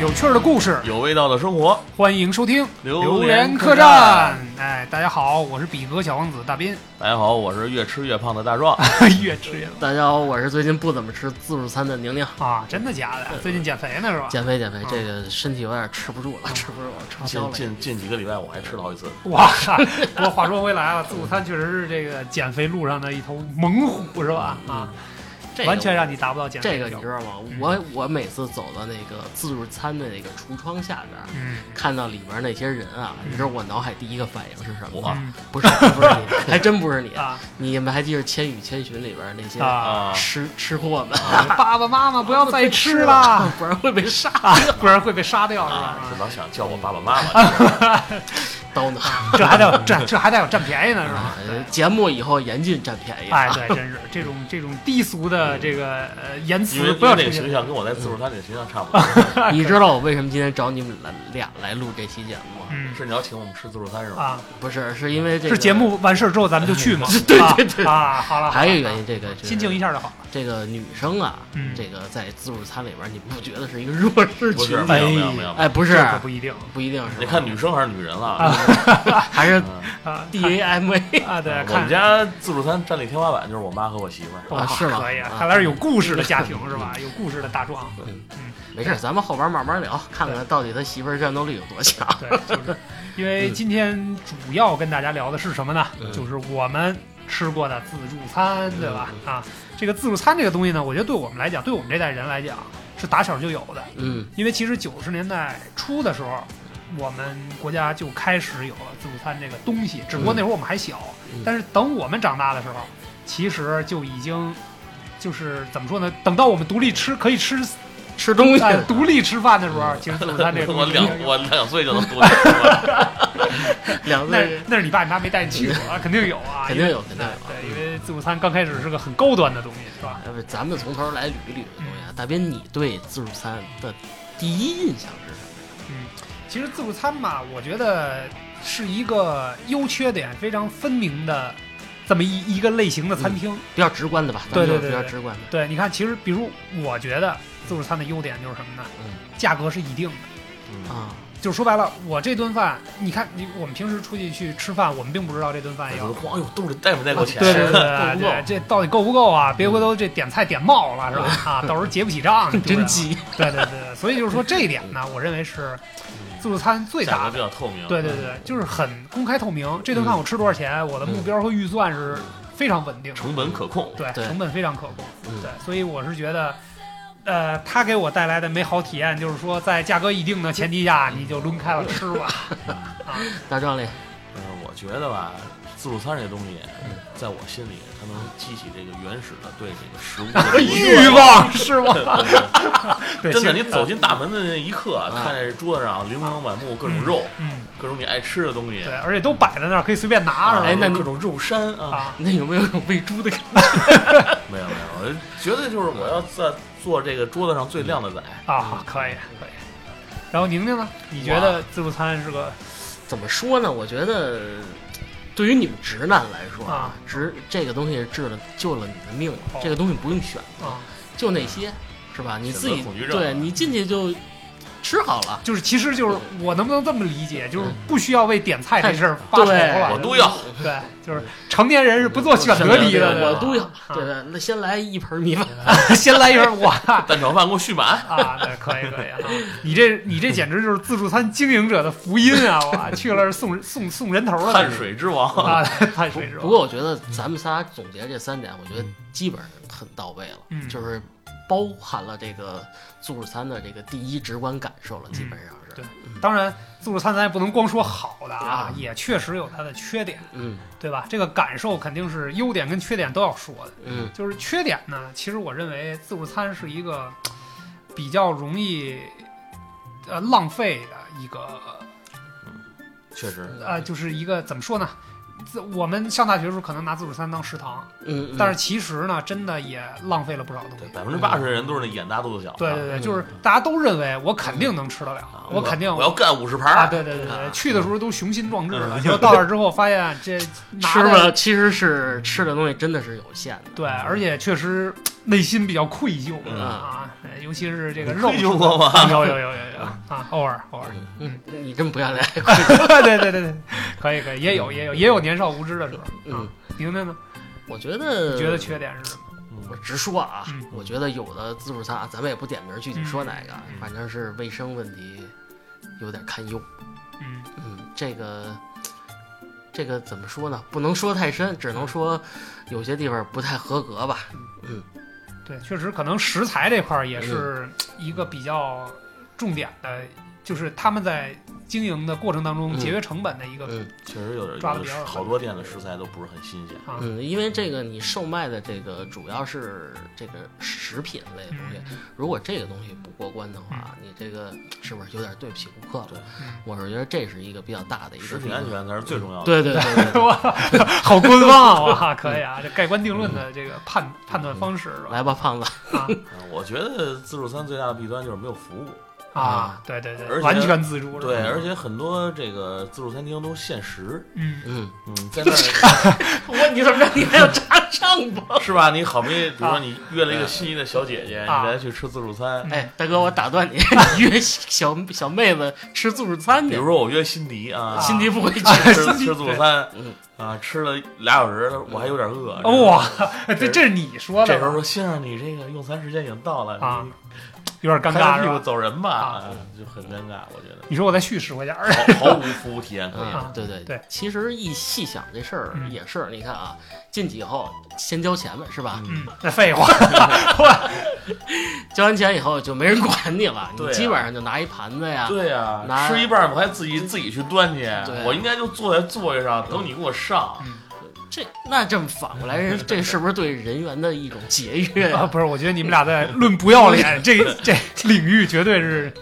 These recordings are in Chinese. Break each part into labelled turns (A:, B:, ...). A: 有趣儿的故事，
B: 有味道的生活，
A: 欢迎收听《
B: 榴
A: 莲
B: 莲
A: 客栈
B: 客栈》。
A: 哎，大家好，我是比格小王子大斌，
B: 大家好，我是越吃越胖的 大壮。
A: 越吃越
C: 大家好，我是最近不怎么吃自助餐的宁宁，
A: 啊，真的假的？最近减肥呢是吧？
C: 减肥
A: 嗯
C: 减肥，这个身体有点吃不住了，吃不住了，吃不消
B: 近
C: 了。
B: 近近几个礼拜，我还吃了好几次。
A: 哇哈！不过话说回来了，啊自助餐确实是这个减肥路上的一头猛虎是吧？啊，
C: 这个
A: 完全让你达不到减
C: 这
A: 肥
C: 个
A: 的
C: 你
A: 效
C: 知
A: 果。
C: 道吗
A: 嗯？
C: 我我每次走到那个自助餐的那个橱窗下边儿，
A: 嗯，
C: 看到里边那些人啊，你知道我脑海第一个反应是什么
B: 我
C: 吗？
A: 嗯
C: 不是不是 你，还真不是你。
A: 啊
C: 你们还记得《千与千寻》里边那些
A: 啊！
B: 啊，
C: 吃吃货们，
A: 爸爸妈妈不要再吃了
C: 不然会被杀
A: 啊，不然会被杀掉是吧？
B: 是老想叫我爸爸妈
A: 啊
B: 妈。
C: 刀呢？
A: 这还得这这还得有占便宜呢是吧
C: 啊？节目以后严禁占便宜。
A: 哎，对，真是这种这种低俗的这个呃言
B: 因
A: 辞，
B: 为
A: 不要嗯出
B: 因为那
A: 现
B: 个形象跟我在自助餐里的形象差不多，
C: 你知道我为什么今天找你们来俩来录这期节目吗？
A: 嗯
B: 是你要请我们吃自助餐是吧？
A: 啊，
C: 不是，是因为这个
A: 是节目完事儿之后咱们就去嘛？对对对啊，好了，
C: 还啊有一个
A: 好
C: 原
A: 了，
C: 因，这个
A: 心情一
C: 下，
A: 下就好了。
C: 这个女生啊
A: 嗯，
C: 这个在自助餐里边，你不觉得是一个弱势
B: 不
C: 群
B: 是，
C: 体？
B: 没有没有没有。
C: 哎，不
A: 不
C: 是，
A: 可不一定
C: 不一定是吧。
B: 你看女生还是女人
A: 啊
B: 了？
C: 还是
B: 嗯
A: 啊
C: D A M A
A: 啊，对，
B: 我们
A: 看
B: 家自助餐占立天花板就是我妈和我媳妇儿。
A: 哇
C: 啊是吗
A: 可以啊，
C: 啊
A: 看来是有故事的家庭是吧？有故事的大壮，
C: 没事，咱们后边慢慢聊，看看到底他媳妇儿战斗力有多强。
A: 对，就是因为今天主要跟大家聊的是什么呢？
C: 嗯
A: 就是我们吃过的自助餐，对吧？啊，这个自助餐这个东西呢，我觉得对我们来讲，对我们这代人来讲是打小就有的。
C: 嗯，
A: 因为其实九十年代初的时候，我们国家就开始有了自助餐这个东西，只不过那会儿我们还小，
C: 嗯
A: 但是等我们长大的时候，其实就已经就是怎么说呢？等到我们独立吃可以吃
C: 吃东西
A: 哎独立吃饭的时候，其实自助餐这个
B: 我
A: 东西已啊
B: 两
A: 经有
B: 我两岁就能 读了。
C: 两
A: 那
C: 岁
A: 那是你爸你妈没带你去过啊，肯定有啊，
C: 肯定有，
A: 因为
C: 肯定
A: 哎
C: 有。哎
A: 对，因为自助餐刚开始是个很高端的东西，是吧？
C: 要不咱们从头来捋一捋这东西啊。大斌，你对自助餐的第一印象是什么？
A: 其实自助餐嘛，我觉得是一个优缺点非常分明的这么一一个类型的餐厅。
C: 比较直观的吧，咱
A: 对对
C: 们就
A: 对
C: 比较
A: 对
C: 直观的。
A: 对，你看，其实比如我觉得自助餐的优点就是什么呢？
C: 嗯
A: 价格是一定的。
B: 嗯
C: 啊，
A: 就说白了，我这顿饭，你看，你我们平时出去去吃饭，我们并不知道这顿饭要。
B: 晃哟，哎兜里带没带够钱？
A: 对对对
C: 够
A: 对
C: 不够
A: 对，这到底够不够啊？别回头这点菜点冒了是吧？啊，到时候结不起账，你知不
C: 嗯真
A: 知道
C: 急。
A: 对对对，对所以就是说这一点呢，我认为是自助餐最
B: 价
A: 大
B: 格
A: 的
B: 比。较透明。嗯
A: 对对对，就是很公开透明。这顿饭我吃多少钱，我的目标和预算是非常稳定的，
B: 成本可控。
A: 对，
C: 对
A: 成本非常可控。
C: 嗯
A: 对，所以我是觉得，呃，它给我带来的美好体验就是说，在价格一定的前提下，你就抡开了吃吧。啊，
C: 大壮嘞，
B: 嗯，我觉得吧，自助餐这东西
C: 嗯，
B: 在我心里，它能激起这个原始的对这个食物的
A: 哎望是 吗？对，
B: 真的，
A: 其
B: 你
A: 实
B: 走进大门的那一刻，
C: 啊
B: 看见桌子上琳琅满目各种肉，
A: 嗯，
B: 各种你爱吃的东西
A: 对，，而且都摆在那儿，可以随便拿
B: 啊
A: 是
C: 哎
A: 吧？
C: 那你
B: 各种肉山啊，
A: 啊，
C: 那有没有种喂猪的感觉？
B: 没有没有，我觉得就是我要在做这个桌子上最靓的仔。
A: 啊，可以可以。然后宁宁呢？你觉得自助餐是个
C: 怎么说呢？我觉得，对于你们直男来说
A: 啊，
C: 直这个东西治了救了你的命了
A: 哦，
C: 这个东西不用选，
A: 啊，
C: 就那些，是吧？你自
B: 选
C: 己
B: 择恐惧症啊
C: 对你进去就吃好了，
A: 就是其实就是我能不能这么理解？就是不需要为点菜这事儿发愁
C: 对
A: 了，
B: 我都要，
A: 对，就是成年人是不做选择题的，
B: 对
C: 我
A: 吧
C: 都要。对对，那先来一 盆米饭，
A: 先来一份哇
B: 蛋炒饭给我续满。
A: 啊，对，可以可以啊，你这你这简直就是自助餐经营者的福音啊！我去了是送送送人头了，
B: 碳水之王，
A: 啊，碳水是吧？
C: 不过我觉得咱们仨总结这三点，我觉得基本上很到位了，
A: 嗯
C: 就是包含了这个自助餐的这个第一直观感受了，基本上是。
A: 嗯对当然，自助餐咱也不能光说好的啊
C: 啊，
A: 也确实有它的缺点，
C: 嗯
A: 对吧？这个感受肯定是优点跟缺点都要说的。
C: 嗯
A: 就是缺点呢，其实我认为自助餐是一个比较容易呃浪费的一个
B: 确实，
A: 呃，就是一个怎么说呢？自我们上大学的时候可能拿自助餐当食堂，
C: 嗯，嗯
A: 但是其实呢，真的也浪费了不少东西。
B: 百分之八十的人都是那眼大肚子小的。
A: 对对对，
C: 嗯
A: 就是大家都认为我肯定能吃得
B: 啊
A: 了，我肯定
B: 我要干五十
A: 啊，
B: 盘。
A: 对对对对
C: 啊，
A: 去的时候都雄心壮志了，
B: 嗯
A: 结果到那儿之后发现这
C: 嗯吃
A: 拿的
C: 了其实是吃的东西真的是有限的，
A: 对，而且确实内心比较愧疚
B: 嗯
A: 啊，呃尤其是这个
B: 你
A: 肉
B: 愧疚过吗
A: 啊有有有有有啊，偶尔偶尔，
C: 嗯，你真不要脸，
A: 对对对对，可以可以，也有也有也有年少无知的时候。啊
C: 嗯，
A: 明白吗？
C: 我觉得
A: 你觉得缺点是什么？
C: 我直说啊
A: 嗯，
C: 我觉得有的自助餐啊，咱们也不点名具体说哪个
A: 嗯，
C: 反正是卫生问题有点堪忧。
A: 嗯
C: 嗯，这个这个怎么说呢？不能说太深，只能说有些地方不太合格吧。
A: 对，确实可能食材这块儿也是
B: 嗯
A: 一个比较重点的，就是他们在经营的过程当中
C: 嗯
A: 节约成本的一个
C: 嗯
B: 确实有点
A: 抓得
B: 有
A: 比较
B: 的好多店的食材都不是很新鲜。
A: 啊，嗯
C: 嗯，因为这个你售卖的这个主要是这个食品类的
A: 嗯
C: 东西，如果这个东西不过关的话，你这个是不是有点对不起顾客了
B: 对？
A: 嗯
C: 我是觉得这是一个比较大的一个
B: 食品安全才是最重要的。，
C: 对对对对对，
A: 哇，好官方 啊！哇可以啊，这盖棺定论的这个判判断方式是吧？
C: 来吧，胖子，
B: 嗯我觉得自助餐最大的弊端就是没有服务。
A: 啊，对对对，
B: 而且
A: 完全自助是吧
B: 对，而且很多这个自助餐厅都限时，
A: 嗯，
C: 嗯，
B: 嗯，在那儿
C: 我你怎么着？你还要插上吧？
B: 是吧？你好不容易，比如说你约了一个心仪的小姐姐，你
A: 啊
B: 带她去吃自助餐。
A: 嗯
C: 哎，大哥，我打断你， 你约小小妹子吃自助餐
B: 比
C: 去
B: 如，说我约辛迪啊，
C: 辛迪不会去。
B: 吃吃自助餐
C: 对嗯，
B: 啊，吃了俩小时，我还有点饿。
A: 哦哇，这这是你说
B: 这
A: 的
B: 时候
A: 吧，
B: 说先生，你这个用餐时间已经到了
A: 啊
B: 你
A: 有点尴
B: 拍
A: 尬
B: 拍
A: 是
B: 屁股
A: 吧？
B: 走人吧，
A: 啊
B: 啊就很尴尬，我觉
A: 你说我再续十块钱儿，
B: 得毫毫无服务体验可言。
C: 嗯，对对
A: 对，
C: 其实一细想这事儿
A: 嗯
C: 也是，你看啊，进去以后先交钱呗，是吧？
A: 嗯，那废 话，
C: 交完钱以后就没人管你了，
B: 嗯对
C: 你
B: 啊
C: 基本上就拿一盘子呀，
B: 对呀、
C: 拿
B: 吃一半我还自己自己去端去
C: 对，
B: 我应该就坐在座位上等你给我上。
C: 这那这么反过来，人这是不是对人员的一种节约
A: 啊，
C: 呀？
A: 不是，我觉得你们俩在论不要脸这这领域绝对是，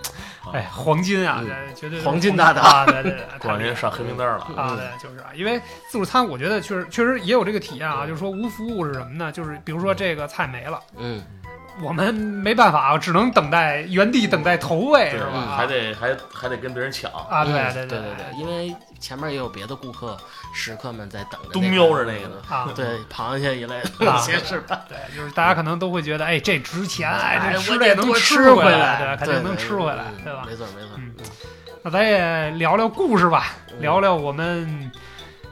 A: 哎，黄金啊，
C: 嗯
A: 这绝对是
C: 黄金大道
A: 啊，对 对对，
B: 过两天上黑名单了，
A: 啊，
C: 嗯
A: 对，就是啊，因为自助餐，我觉得确实确实也有这个体验啊，就是说无服务是什么呢？就是比如说这个菜没了，
C: 嗯，
A: 我们没办法，啊只能等待原地等待投喂，
B: 对
A: 是吧？
C: 嗯
B: 还得还还得跟别人抢，
A: 啊，对
C: 嗯对
A: 对
C: 对
A: 对，
C: 因为前面也有别的顾客、食客们在等着，嗯
B: 都瞄着那个呢。
A: 啊，
C: 对，螃蟹一类的
A: 啊
C: 东西是吧？
A: 对，就是大家可能都会觉得，哎，这值钱，哎，
C: 哎
A: 这吃
C: 我
A: 这
C: 得
A: 能
C: 多
A: 吃
C: 吃
A: 回对，
C: 来，
A: 肯定能吃回来，
C: 嗯
A: 对吧？
C: 没错没错，
A: 嗯那咱也聊聊故事吧，
C: 嗯
A: 聊聊我们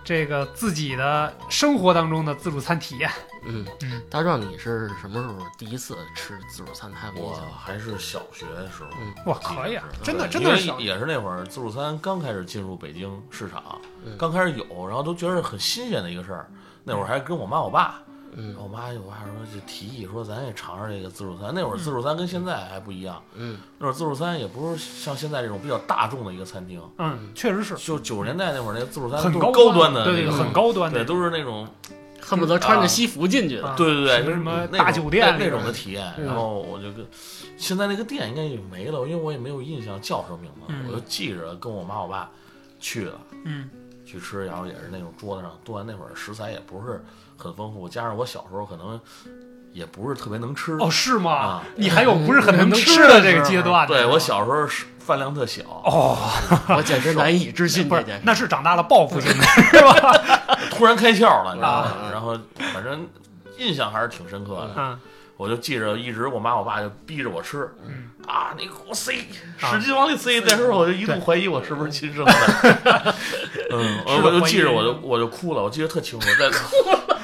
A: 这个自己的生活当中的自助餐体验。
C: 嗯
A: 嗯，
C: 大壮，你是什么时候第一次吃自助餐？还有印
B: 嗯我
C: 象吗？
B: 还是小学的时候，
C: 嗯
A: 哇，可以啊，
B: 对
A: 真的真
B: 因
A: 的
B: 为
A: 是小
B: 也是那会儿自助餐刚开始进入北京市场，
C: 嗯
B: 刚开始有，然后都觉得很新鲜的一个事儿。那会儿还跟我妈我爸，然后
C: 嗯
B: 我妈我爸说就提议说咱也尝尝这个自助餐。那会儿
A: 嗯
B: 自助餐跟现在还不一样，
C: 嗯
B: 那会儿自助餐也不是像现在这种比较大众的一个餐厅，
A: 嗯，确实是
B: 就九十年代那会儿那个自助餐
A: 很
B: 都是
A: 高
B: 高端的
A: 对
B: 那
A: 对，
B: 种，
A: 很高端
B: 对，
A: 的，
B: 都是那种
C: 恨不得穿着西服进去的。
A: 啊
B: 对对对，
A: 什
B: 就是
A: 么
B: 那
A: 大
B: 种
A: 酒店
B: 那
A: 里
B: 那种
A: 边儿
B: 的体验。
C: 嗯
B: 然后我就跟现在那个店应该也没了，因为我也没有印象叫什么名字，
A: 嗯
B: 我就记着跟我妈我爸去了
A: 嗯
B: 去吃，然后也是那种桌子上端，那会儿食材也不是很丰富，加上我小时候可能也不是特别能吃。
A: 哦，是吗
B: 啊？
A: 你还有不是很
C: 嗯
A: 能
C: 能
A: 吃
C: 吃
A: 的
C: 的
A: 这个
C: 时候
A: 阶段呢？
B: 对
A: 是吧
B: 我小时候是饭量特小，
A: 啊哦，
C: 我简直难以置信
A: 不
C: 这
A: 是
C: 件，事。
A: 那是长大了报复性的，是吧？
B: 突然开窍了，你知道
C: 啊
B: 吗？然后反正印象还是挺深刻的。
A: 嗯
B: 我就记着，一直我妈我爸就逼着我吃，
A: 嗯
B: 啊，你给我塞，
A: 啊
B: 使劲往里塞。那时候我就一度怀疑我是不是亲生的， 嗯，我我就记着，我就我就哭了，我记得特清 楚，在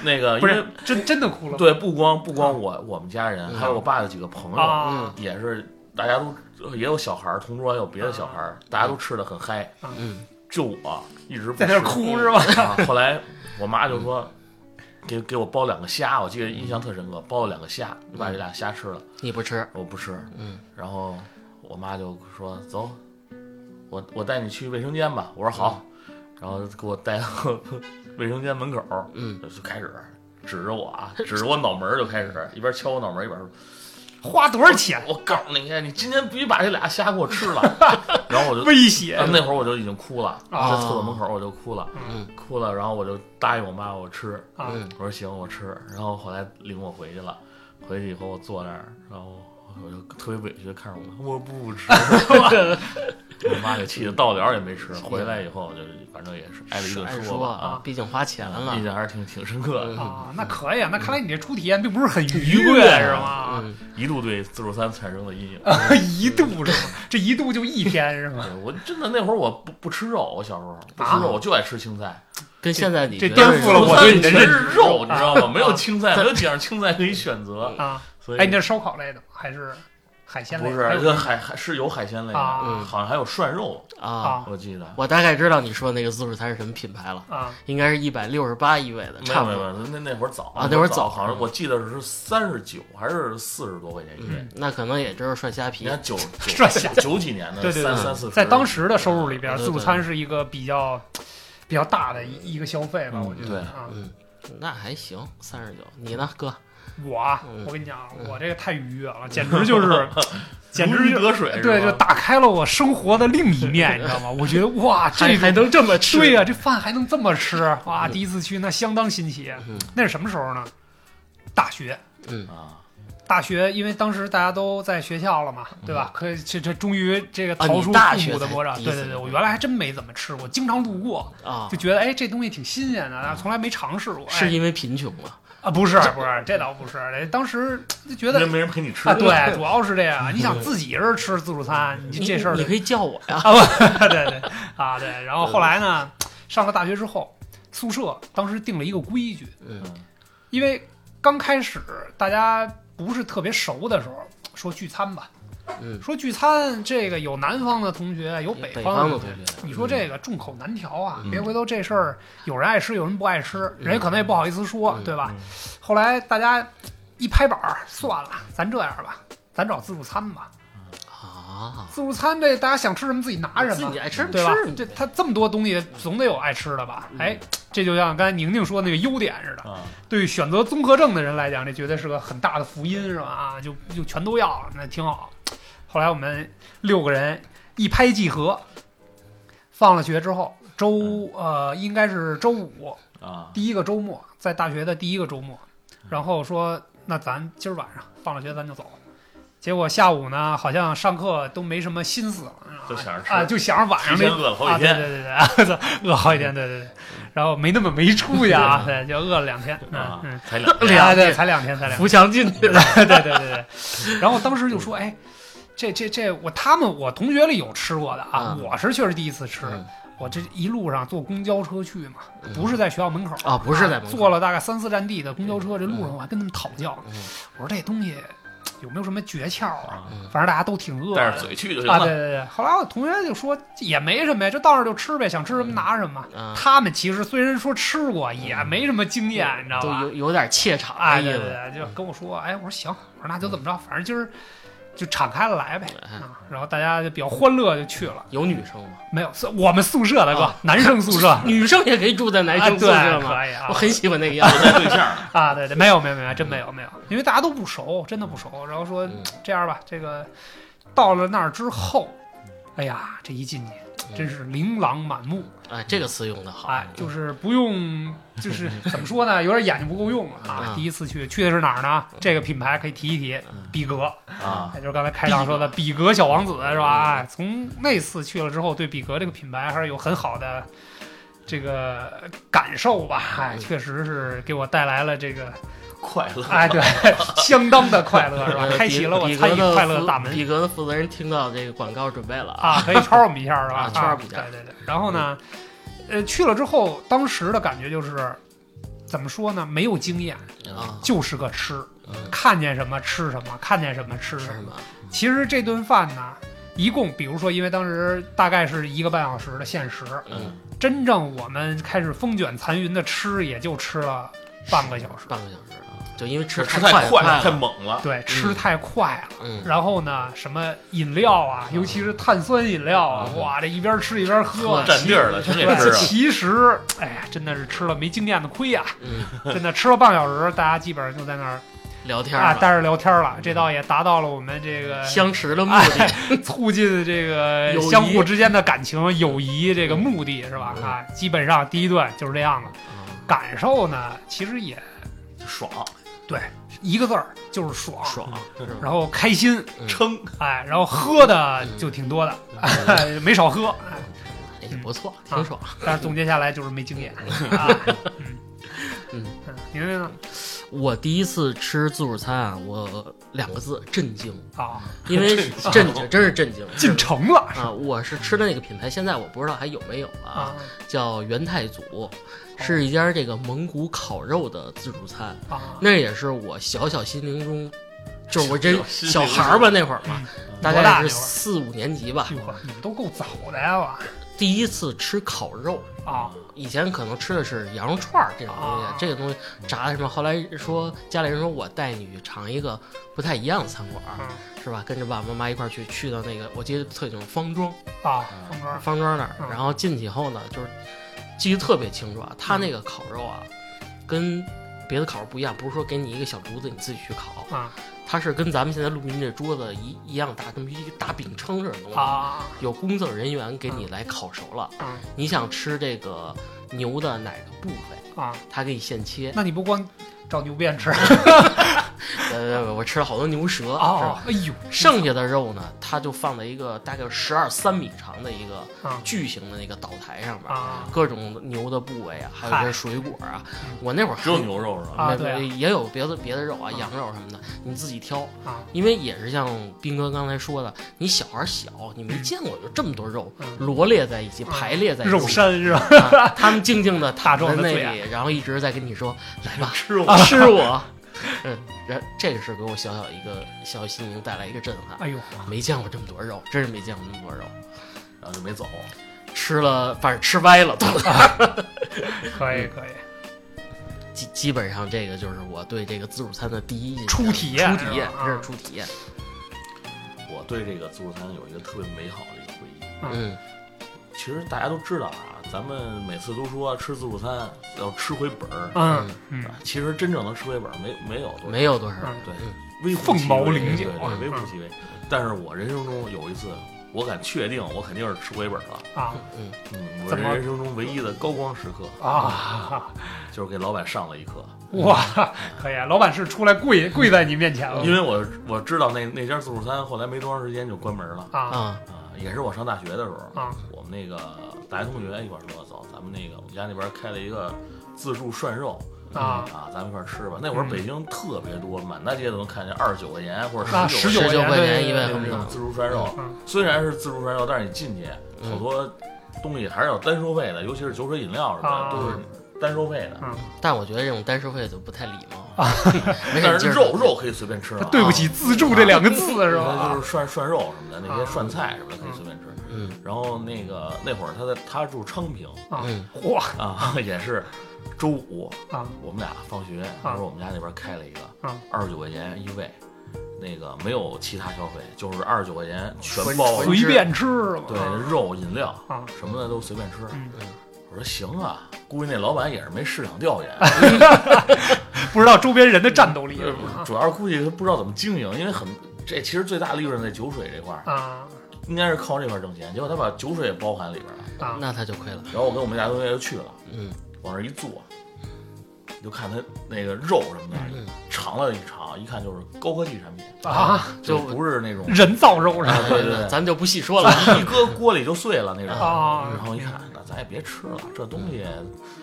B: 那个
A: 不
B: 因
A: 是
B: 为
A: 真真的哭了吗？
B: 对，不光不光我我们家人，
C: 嗯
B: 还有我爸的几个朋友，
A: 啊，
B: 也是大家都也有小孩儿，同桌还有别的小孩
A: 啊
B: 儿，大家都吃的很嗨，
C: 嗯，
B: 就我一直不
A: 在那儿
B: 吃
A: 哭是吧？
B: 啊，后来我妈就说，给给我包两个虾，我记得印象特深刻，包了两个虾，就把这俩虾吃了，
C: 你不吃，
B: 我不吃，
C: 嗯，
B: 然后我妈就说走，我我带你去卫生间吧，我说好，然后给我带到 卫生间门口，
C: 嗯，
B: 就开始指着我啊，指着我脑门儿就开始一边敲我脑门儿一边说。
A: 花多少钱？
B: 我告诉你，你今天必须把这俩虾给我吃了。 然后我就
A: 威胁
B: 啊，那会儿我就已经哭了，
A: 啊
B: 在厕所门口我就哭了，
C: 嗯
B: 哭了，然后我就答应我妈我吃，
A: 啊！
C: 嗯
B: 我说行我吃，然后后来领我回去了，回去以后我坐那儿，然后我就特别委屈地看着我妈，我不吃， 我妈给气的到了也没吃，回来以后就是反正也是挨了一
C: 是爱
B: 顿
C: 说
B: 吧啊，
C: 毕竟花钱了
B: 印。象还是挺挺深刻的，
A: 啊，那可以啊！那看来你这初体验并不是很愉
B: 愉
A: 悦，
B: 悦啊
A: 是吗？
C: 嗯，
B: 一度对自助餐产生了阴影。
A: 一度是吗？这一度就一天是吗？
B: 对我真的那会儿我不不吃肉，我小时候不吃
A: 啊
B: 肉，我就爱吃青菜。
C: 跟现在你
A: 这
C: 觉
A: 颠
C: 得
A: 覆了
C: 是
A: 我 对你的
B: 全
A: 认
B: 是肉，你知道 吗？没有青菜，
C: 啊
B: 没有几样青菜可以选择，
A: 啊，
B: 所以
A: 哎，你这是烧烤类的吗还是海鲜类
B: 不
A: 的？
B: 是
A: 还有
B: 跟海海是有海鲜类的，
A: 啊
C: 嗯
B: 好像还有涮肉，
C: 啊，
A: 啊
B: 我记得。
C: 我大概知道你说那个自助餐是什么品牌了，
A: 啊
C: 应该是一百六十八一位的，
B: 没有
C: 差
B: 没
C: 不
B: 有没
C: 多。
B: 有，那那会儿早
C: 啊那会儿
B: 早，
C: 早
A: 嗯
B: 好像我记得是三十九还是四十多块钱一位。
C: 嗯，那可能也就是涮虾皮
B: 你。看九
A: 涮虾
B: 九九几年的，
A: 对对
B: 三
A: 对
B: 三四十，
A: 在当时的收入里边，
C: 对对
A: 自助餐是一个比较比较大的一一个消费吧，
B: 嗯
A: 我觉得
B: 对
A: 啊。
C: 嗯，那还行，三十九。你呢，哥？
A: 我啊
C: 嗯，
A: 我跟你讲，
C: 嗯
A: 我这个太愉悦了，简直 就是，简
B: 如
A: 直
B: 鱼
A: 就
B: 得水，
A: 对，
B: 是
A: 就
B: 吧
A: 打开了我生活的另一面，你知道吗？我觉 得哇，这
C: 还还
A: 个
C: 能这么吃？
A: 对呀，这饭还能这么吃，哇，
C: 嗯
A: 第一次去那相当新奇。
C: 嗯
A: 那是什么时候呢？大学，
C: 嗯
B: 啊，
A: 大学，因为当时大家都在学校了嘛，对吧？可这这终于这个
C: 嗯啊
A: 逃
C: 你
A: 出
C: 大
A: 父
C: 学
A: 母的
C: 才
A: 魔掌。
C: 第一
A: 对
C: 次
A: 对对，
C: 吃
A: 我原来还真没怎么吃过，经常路过
C: 啊嗯
A: 就，觉得哎，这东西挺新鲜的，啊但是从来没尝试过。
C: 是
A: 哎
C: 因为贫穷吗？
A: 啊，不是不是，这倒不是，哎当时就觉
B: 因为
A: 得
B: 没人陪你吃
A: 啊，对，主要是这样。你想自己人吃自助餐，你这事儿就
C: 你 你可以叫我呀。
A: 对对啊对。然后后来呢，上了大学之后，宿舍当时定了一个规矩，
C: 嗯
A: 因为刚开始大家不是特别熟的时候，说聚餐吧，
C: 嗯，
A: 说聚餐这个有南方的同学，有北
C: 北
A: 方
C: 的
A: 的同
C: 同
A: 学。
C: 学，
A: 你说这个众口难调啊！
B: 嗯
A: 别回头这事儿，有人爱吃，有人不爱吃，人家可能也不好意思说，
C: 嗯
A: 对吧？
B: 嗯
A: 后来大家一拍板儿，算了，咱这样吧，咱找自助餐吧。
C: 啊，
A: 自助餐这大家想吃什么自己拿什
C: 自
A: 么，
C: 己爱吃什么
A: 啊对吧
C: 吃什？么
A: 这它这么多东西，总得有爱吃的
B: 嗯
A: 吧？哎，这就像刚才宁宁说那个优点似的，
B: 啊，
A: 对于选择综合症的人来讲，这绝对是个很大的福音，是吧？啊，就就全都要，那挺好。后来我们六个人一拍即合，放了学之后，周
B: 嗯
A: 呃应该是周五
B: 啊，
A: 第一个周末，在大学的第一个周末，
B: 嗯
A: 然后说那咱今儿晚上放了学咱就走。结果下午呢，好像上课都没什么心思了，
B: 就想着吃
A: 啊，就想着晚上
B: 提
A: 那
B: 前饿了好几
A: 啊、
B: 天
A: 对对对对，饿好几天，对对对，
C: 嗯
A: 然后没那么没出息 啊，对，就饿了两天，嗯
B: 啊
A: 嗯，，
B: 才两天
A: 哎对，才两天，才两天，
C: 扶墙进去的。
A: 对对对对对，然后当时就说，哎，这这这，我他们我同学里有吃过的啊，
C: 嗯
A: 我是确实第一次吃，
C: 嗯
A: 我这一路上坐公交车去嘛，
C: 嗯
A: 不是在学校门口
C: 啊不是在门口
A: 坐了大概三四站地的公交车，这路上我还跟他们讨教呢，
C: 嗯
A: 我说这东西有没有什么诀窍啊？
B: 啊，
A: 反正大家都挺饿
B: 带
A: 的
B: 着。嘴去就行
A: 啊，对
B: 了，
A: 对对，后来我同学就说也没什么呀，就到那儿就吃呗，想吃什么拿什么。
C: 啊，
A: 他们其实虽然说吃过，也没什么经验，你知道
C: 都
A: 吧？
C: 有有点嗯怯场
A: 啊，
C: 的
A: 对
C: 意
A: 对
C: 思。
A: 对，就跟我说，哎，我说行，我说那就怎么着，反正今儿就敞开了来呗
C: 哎
A: 啊。然后大家就比较欢乐就去了，
C: 有女生吗？
A: 没有，是我们宿舍的哥
C: 啊，
A: 男生宿舍，啊，
C: 女生也可以住 在男生宿
A: 对，
C: 舍吗？
A: 可以啊
C: 我，很喜欢那个样子。
B: 带对象。
A: 啊，对对，没有没有没有，真没有没有，因为大家都不熟，真的不熟。然后说
C: 嗯
A: 这样吧，这个到了那儿之后，
C: 嗯
A: 哎呀，这一进去真是琳琅满目，
C: 哎，这个词用的嗯好。
A: 啊
C: 啊
A: 哎，就是不用， 就是怎么说呢，有点眼睛不够用了啊
C: 啊。
A: 第一次去，去的是哪儿
C: 嗯
A: 呢？这个品牌可以提一提，比格，
B: 啊
A: 也就是刚才开场说的比格小王子，是
C: 嗯
A: 吧？哎从那次去了之后，对比格这个品牌还是有很好的这个感受吧。哎，
C: 嗯
A: 确实是给我带来了这个，
B: 快乐
A: 哎，对， 相当的快乐，是吧
C: 呃，？
A: 开启了我
C: 比
A: 参与
C: 比格的
A: 快乐
C: 负
A: 的大门
C: 比格的负责人听到这个广告准备了啊，
A: 啊，可以圈我们一下，是吧
C: 啊？圈我们一下
A: 对对对。然后呢，呃，去了之后，当时的感觉就是。怎么说呢？没有经验，
C: 啊，
A: 就是个吃，
C: 嗯
A: 看见什么吃什么，看见什么吃什么
C: 是。吗？
A: 其实这顿饭呢，一共比如说，因为当时大概是一个半小时的限时，
C: 嗯，
A: 真正我们开始风卷残云的吃，也就吃了半个小时。
C: 半个小时啊，就因为
B: 吃
C: 吃
B: 吃
C: 快
B: 太快了，太
C: 了。
B: 猛了。
A: 对，吃太快了。
C: 嗯，
A: 然后呢，什么饮料啊，尤其是碳酸饮料啊，
C: 嗯
A: 哇，这一边吃一边喝啊，
C: 喝
B: 占地儿了，全给
A: 对
C: 啊
B: 吃了。
A: 其实，哎呀，真的是吃了没经验的亏呀、
C: 嗯
A: 真的吃了半个小时，大家基本上就在那儿
C: 聊天
A: 啊，
C: 了，嗯
A: 待着聊天了，这倒也达到了我们这个
C: 相识的目的。
A: 促进这个
C: 友谊嗯
A: 相互之间的感情、友谊这个目的是吧？啊，基本上第一段就是这样了。感受呢，其实也
B: 爽
A: 一个字儿，就是爽，
C: 爽，
A: 然后开心，
B: 撑，
A: 哎，然后喝的就挺多的，
C: 嗯
A: 没少喝，哎
C: 也不错，挺爽。
A: 但是总结下来就是没经 验啊。嗯
C: 嗯
A: 嗯，您呢？
C: 我第一次吃自助餐啊，我两个字震惊，
A: 啊，
C: 因为震惊，真是震惊。
A: 进城了
C: 啊，我是吃的那个品牌，现在我不知道还有没有了
A: 啊
C: 啊，叫元太祖，是一家这个蒙古烤肉的自助餐，
A: 啊！
C: 那也是我小小心灵中，就是我这
B: 小
C: 小
B: 心灵
C: 孩儿吧那会儿嘛
A: 嗯，
C: 大
A: 多大
C: 概
A: 那
C: 是
A: 会儿
C: 四五年级吧，
A: 哟呵，哎你们都够早的呀，我
C: 第一次吃烤肉。
A: 啊
C: 以前可能吃的是羊肉串儿这种东西，
A: 啊
C: 这个东西炸的什么？后来说家里人说我带你去尝一个不太一样的餐馆儿，
A: 嗯
C: 是吧？跟着爸爸妈妈一块儿去，去到那个我记得特清楚，方庄，
A: 啊，风 格
C: 方庄那儿
A: 嗯，
C: 然后进去以后呢，就是记得特别清楚啊，
A: 嗯
C: 他那个烤肉啊，跟别的烤肉不一样，不是说给你一个小炉子你自己去烤，
A: 啊
C: 它是跟咱们现在录音这桌子一一样大，这么一个大饼铛这种东西，
A: 啊
C: 有工作人员给你来烤熟了。
A: 啊
C: 你想吃这个牛的哪个部位，
A: 啊！
C: 他给你现 切。
A: 那你不光找牛鞭 吃啊
C: 呃，我吃了好多牛舌，是
A: 啊
C: 吧？？
A: 哎呦，
C: 剩下的肉呢，它就放在一个大概十二三米长的一个
A: 啊
C: 巨型的那个岛台上面，
A: 啊
C: 各种牛的部位啊，还有一些水果啊
A: 嗯。
C: 我那会儿
B: 只有牛肉是吧？
A: 啊
C: 没，
A: 对
C: 没也有别的别的肉啊，
A: 嗯
C: 羊肉什么的，你自己挑。
A: 啊！
C: 因为也是像斌哥刚才说的，你小孩小，你没见过有这么多肉
A: 嗯
C: 罗列在一起，
A: 嗯
C: 排列在一起。
A: 肉山是吧？
C: 啊他们静静的
A: 大
C: 躺
A: 壮
C: 在
A: 的
C: 那
A: 最爱
C: 里，然后一直在跟你说：“来吧，
B: 吃我
C: 吃我。”嗯，然这个是给我小小一个小心灵带来一个震撼，
A: 哎呦，
C: 没见过这么多肉，真是没见过那么多肉，
B: 然后就没走。
C: 吃了反正吃歪了都。
A: 可以可以，
C: 基基本上这个就是我对这个自助餐的第一印象
A: 初体验
C: 初体验
A: 是吧啊
C: 这是初体验。
B: 我对这个自助餐有一个特别美好的一个回忆。
C: 嗯
B: 其实大家都知道啊，咱们每次都说吃自助餐要吃回本儿，
A: 嗯嗯
B: 其实真正能吃回本儿没没有多少
C: 没有多少人，
A: 嗯
B: 对
C: 嗯，
B: 微乎
A: 凤
B: 其
A: 毛
B: 微
A: 麟角
B: 对对
A: 嗯
B: 微乎其微。但是我人生中有一次，我敢确定，我肯定是吃回本了。
A: 啊
C: 嗯，
B: 嗯，我
A: 怎
B: 人
A: 么
B: 人生中唯一的高光时刻，
A: 啊！
B: 就是给老板上了一课，
A: 哇，可以，啊老板是出来跪跪在你面前了
B: 因为我我知道那那家自助餐后来没多长时间就关门了。
A: 啊
C: 啊
B: 啊，也是我上大学的时候，
A: 啊
B: 我们那个大学同学一块儿说，走，咱们那个我们家那边开了一个自助涮肉
A: 啊！
B: 啊，咱们一块儿吃吧。那会儿
A: 嗯
B: 北京特别多，满大街都能看见二十九块钱或者
A: 啊，
B: 十
A: 九
B: 九
A: 块
B: 块
A: 钱
B: 钱
C: 块钱
A: 对
C: 一
B: 那
A: 对
C: 位
B: 种
A: 对
B: 那
A: 对
B: 种自助涮肉
A: 嗯，
B: 虽然是自助涮肉，但是你进去好
C: 嗯
B: 多东西还是要单收费的，尤其是酒水饮料什么
A: 啊嗯
B: 的都是单收费的。
C: 但我觉得这种单收费就不太礼貌， 没事
B: 但
C: 儿
B: 是
C: 劲儿
B: 肉肉可以随便吃
A: 他
B: 了，啊
A: 对不起“自助”这两个字是
B: 就
A: 吧？
B: 是涮涮肉什么的，那
A: 啊
B: 些涮菜什么的可以随便吃。
C: 嗯
B: 然后那个那会儿他在他住昌平
A: 啊
C: 嗯
A: 嚯
B: 啊， 也是周五
A: 啊
B: 我们俩放学，
A: 啊
B: 他说我们家那边开了一个
A: 啊
B: 二十九块钱一位，那个没有其他消费，就是二十九块钱全
C: 纯
B: 包了，
A: 随便吃啊是吧？
B: 哦对肉饮料
A: 啊
B: 什么的都随便吃。
A: 嗯
C: 嗯
B: 我说行啊，估计那老板也是没市场调研，
A: 不知道周边人的战斗力
B: 呃主要是估计他不知道怎么经营，因为很这其实最大利润在酒水这块儿，
A: 啊
B: 应该是靠这块儿挣钱。结果他把酒水也包含里边了，
A: 啊
C: 那他就亏了，
B: 然后我跟我们家同学就去了，
C: 嗯
B: 往那儿一坐，你就看他那个肉什么的，
C: 嗯，
B: 尝了一尝，一看就是高科技产品，
A: 啊！
B: 就
C: 就
B: 不是那种
A: 人造肉是吧？
B: 啊对对对
C: 咱们就不细说了，
B: 一搁锅里就碎了那种。
A: 啊
B: 然后一看，那咱也别吃了，这东西
A: 啊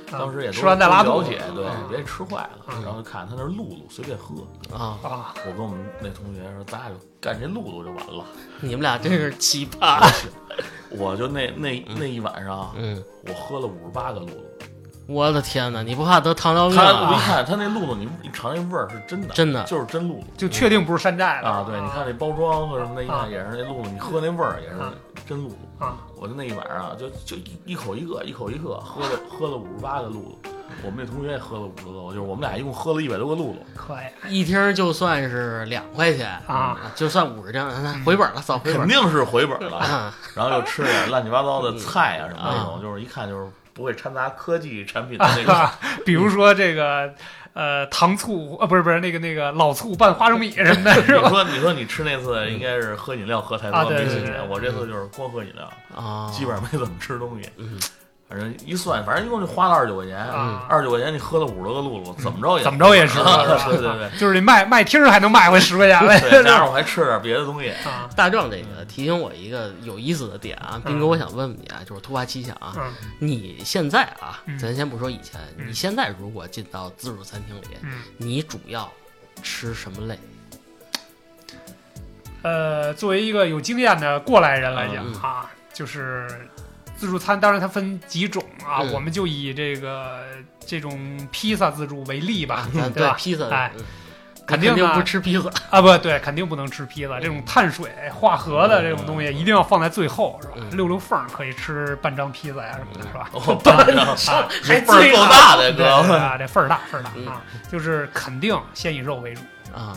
B: 当时也都
A: 吃完再拉
B: 都
A: 肚
B: 了
A: 子
B: 解，对
A: 啊，
B: 别吃坏了。
A: 嗯
B: 然后看他那露露随便喝，
C: 啊，
A: 啊
B: 我跟我们那同学说，咱俩就干这露露就完了。
C: 你们俩真是奇
A: 啊
C: 葩，
B: 我就那那那一晚上，啊
C: 嗯，
B: 我喝了五十八个露露。
C: 我的天哪，你不怕得糖尿病
B: 他我一
C: 啊？
B: 看他那露露，你你尝那味儿是真的，
C: 真的
B: 就是真露露
A: 就确定不是山寨的
B: 啊！对，你看那包装和什么的，一
A: 啊
B: 看也是那露露，你喝那味儿也是
A: 啊
B: 真露露。
A: 啊
B: 我就那一晚上啊就就一一口一个，一口一个，喝了喝了五十八个露露，我们那同学也喝了五十多，就是我们俩一共喝了一百多个露露。
A: 可以
C: 一听就算是两块钱
A: 啊，嗯
C: 就算五十张，那回本了，早回
B: 肯
C: 本
B: 定是回本了，
C: 啊，
B: 然后又吃点乱七八
C: 嗯
B: 糟的菜啊什么那
C: 啊
B: 种，就是一看就是不会掺杂科技产品的那种。
A: 啊比如说这个呃糖醋啊，不是不是那个那个老醋拌花生米什么的，
B: 你
A: 是吧？
B: 说你说你吃那次应该是喝饮料喝太
A: 啊
B: 多
A: 对
B: 没
A: 对
B: 醒
A: 对
B: 神，我这次就是光喝饮料，
C: 啊
B: 基本上没怎么吃东西。
C: 嗯
B: 反正一算，反正一共就花了二十九块钱，
A: 啊嗯
B: 二十九块钱你喝了五十多个露露，怎么着也
A: 怎么着也是，
B: 是
A: 是
B: 吧
A: 吧
B: 对对 对，
A: 就是你卖卖听着还能卖回十块钱来，
B: 对，加上我还吃了点别的 东西。
A: 啊，
C: 大壮这个提醒我一个有意思的点啊，斌哥，我想问问你啊，就是突发奇想啊，
A: 嗯
C: 你现在啊
A: 嗯，
C: 咱先不说以前，
A: 嗯
C: 你现在如果进到自助餐厅里，
A: 嗯，
C: 你主要吃什么类？
A: 呃，作为一个有经验的过来人来讲
C: 嗯
A: 啊，就是自助餐，当然它分几种啊，
C: 嗯
A: 我们就以这个这种披萨自助为例
B: 啊
A: 吧，
C: 啊咱
A: 对吧？
C: 披萨，
A: 哎
C: 嗯
A: 肯
C: 肯
A: 定
C: 定
A: 的
C: 不吃披 萨。
A: 啊，不对，肯定不能吃披
B: 嗯
A: 萨，这种碳水化合的这种东西一定要放在最后，是吧？
C: 嗯
A: 溜溜缝儿可以吃半张披萨呀什么的，是 吧？
B: 我半张，
A: 啊，
B: 嗯这份儿够嗯大的
A: 对
B: 哥，
A: 啊，这份儿大份儿大啊，就是肯定先以肉为主，
C: 啊，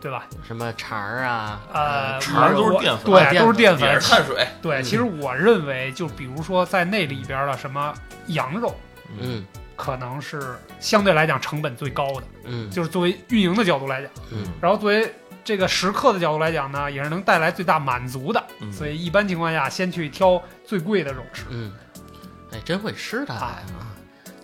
A: 对吧？
C: 什么肠儿啊，
A: 呃，
B: 肠儿
A: 我
B: 都是
A: 我
B: 淀粉
A: 对，都是淀
B: 也
A: 粉
B: 是。碳水。
A: 对，
C: 嗯
A: 其实我认为，就比如说在那里边儿的什么羊肉，
C: 嗯
A: 可能是相对来讲成本最高的，
C: 嗯
A: 就是作为运营的角度来讲，
C: 嗯
A: 然后作为这个食客的角度来讲呢，也是能带来最大满足的。
B: 嗯，
A: 所以一般情况下，先去挑最贵的肉吃，
C: 嗯，哎，真会吃它
A: 哎
C: 呀，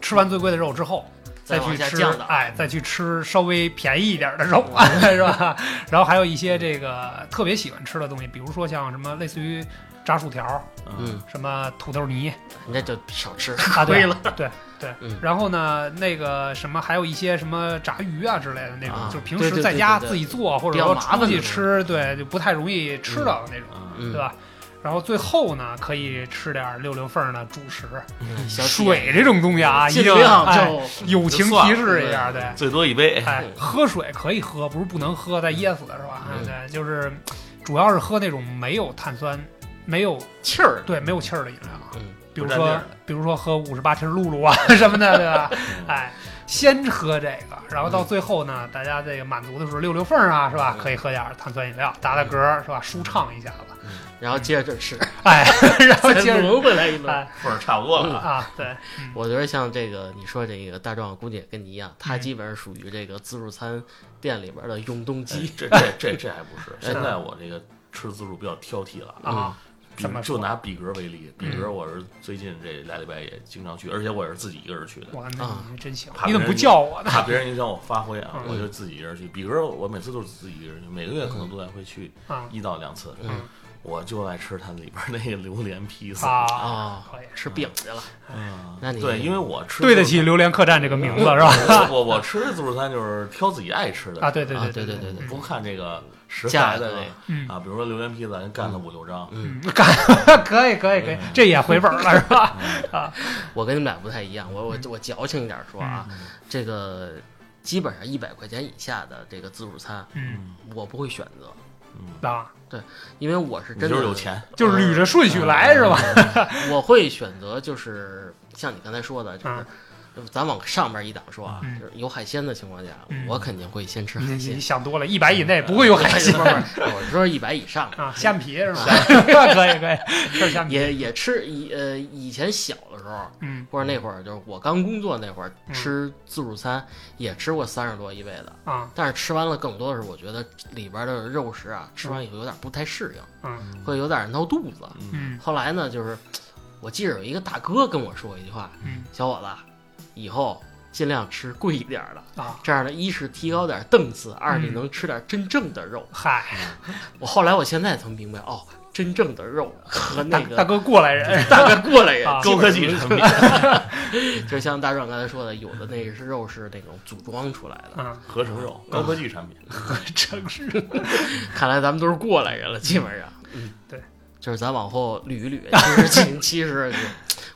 A: 吃完最贵的肉之后，再
C: 往
A: 去
C: 下
A: 吃
C: 降的，，
A: 哎，再去吃稍微便宜一点的肉， 是吧？然后还有一些这个特别喜欢吃的东西，比如说像什么类似于炸薯条、
C: 嗯，
A: 什么土豆泥
C: 你这就少 吃，
A: 啊，对
C: 亏了，
A: 对对
C: 嗯。
A: 然后呢，那个什么还有一些什么炸鱼啊之类的那种
C: 啊，
A: 就是平
C: 对
A: 时
C: 对
A: 在
C: 对
A: 家
C: 对对
A: 自己做或者
C: 比较
A: 说
C: 麻烦
A: 出去
C: 的那种
A: 吃，对，就不太容易吃到的那种，
B: 嗯
C: 嗯，
A: 对吧？然后最后呢，可以吃点六六缝儿的主食，
C: 嗯？小
A: 水这种东西啊，一
C: 尽
A: 定
C: 量
A: 哎
C: 就
A: 友情提示一下，对。
C: 嗯
B: 最多一杯。
A: 哎，喝水可以喝，不是不能喝，再噎死的是吧？哎
C: 嗯
A: 对，就是主要是喝那种没有碳酸、没有
C: 气儿，
A: 对没有气儿的饮料啊，
C: 嗯
A: 比如
B: 不沾
A: 说
B: 劲儿
A: 比如说喝五十八瓶露露啊 什么的，对吧？
B: 嗯
A: 哎，先喝这个，然后到最后呢，大家这个满足的时候溜溜缝儿啊，是吧？
C: 嗯
A: 可以喝点儿碳酸饮料，打打嗝儿是吧？舒畅一下子，
C: 然后接着吃，
A: 哎， 然后
C: 再
A: 接着
C: 轮回来一轮。
A: 哎
B: 份儿差不多了。
A: 啊，对，嗯
C: 我觉得像这个你说这个大壮，估计也跟你一样，他
A: 嗯
C: 基本上属于这个自助餐店里边的永动
A: 嗯
B: 哎
C: 机。
B: 这这这这还不 是，现在我这个吃自助比较挑剔了啊。
A: 啊，
B: 比
A: 怎么说
B: 就拿比格为例，比格
A: 嗯
B: 我是最近这俩礼拜也经常去，而且我也是自己一个人去的，
A: 我看那
C: 啊
A: 你真行，
B: 怕
A: 你怎么不
B: 别人
A: 叫我呢？
B: 怕啊别人影响我发挥啊，
A: 嗯
B: 我就自己一个人去。比格我每次都是自己一个人去，每个月可能都来回去
A: 啊
B: 一到两次。
C: 嗯
B: 我就爱吃它里边那个榴莲披萨。
A: 啊，
C: 啊，
A: 可以。
C: 吃饼去了，
B: 嗯
C: 那你
B: 对，因为我吃
A: 对得起“榴莲客栈”这个名字
B: 嗯
A: 是吧？
B: 我我我吃自助餐就是挑自己爱吃的
A: 啊，对对
C: 啊
A: 对
C: 对对
A: 对
C: 对对
B: 不看这个食
C: 价
B: 材的
C: 格
B: 那
A: 嗯
B: 个啊，比如说榴莲披萨，人干了五六张，
A: 嗯，干 可以可以可以，这也回本了是吧？啊，
C: 我跟你们俩不太一样，我我我矫情一点说啊，
A: 嗯
C: 这个基本上一百块钱以下的这个自助餐，
A: 嗯
C: 我不会选择，
A: 啊，
C: 因为我是
B: 嗯你
C: 真的
B: 就是有钱，
A: 就是捋着顺序来是吧？
C: 我会选择就是像你刚才说的，就是
A: 嗯
C: 咱往上边一档说啊，
A: 嗯
C: 就是有海鲜的情况下
A: 嗯，
C: 我肯定会先吃
A: 你
C: 海
A: 你
C: 鲜。
A: 想多了，一百以内不会有海鲜
C: 不是不是我是说一百以上的，
A: 啊，虾皮是吗？可以可 以，吃虾皮，
C: 也也吃以呃以前小的时候。
A: 嗯
C: 或者那会儿就是我刚工作那会儿
A: 嗯
C: 吃自助餐，也吃过三十多一位的，
A: 啊
C: 但是吃完了更多的是我觉得里边的肉食啊，吃完以后有点不太适应，
A: 嗯
C: 会有点闹肚子。
B: 嗯，
A: 嗯
C: 后来呢，就是我记着有一个大哥跟我说一句话，
A: 嗯
C: 小伙子，以后尽量吃贵一点的，
A: 啊，
C: 这样呢，一是提高点档次，二你
A: 嗯
C: 能吃点真正的肉。
A: 嗨，
C: 我后来我现在才明白，哦，真正的肉 和
A: 大
C: 那
A: 大
C: 个。
A: 哥过来人，
C: 大概过来人
A: 啊，
C: 基
B: 高
C: 本
B: 科
C: 上
B: 技
C: 就是
B: 产品，
C: 就像大壮刚才说的，有的那个是肉是那种组装出来的。
A: 嗯，
B: 合成肉，高科技产品。
A: 城市
C: 看来咱们都是过来人了，基本上。
A: 嗯对，
C: 就是咱往后捋一捋。其实其其实就，我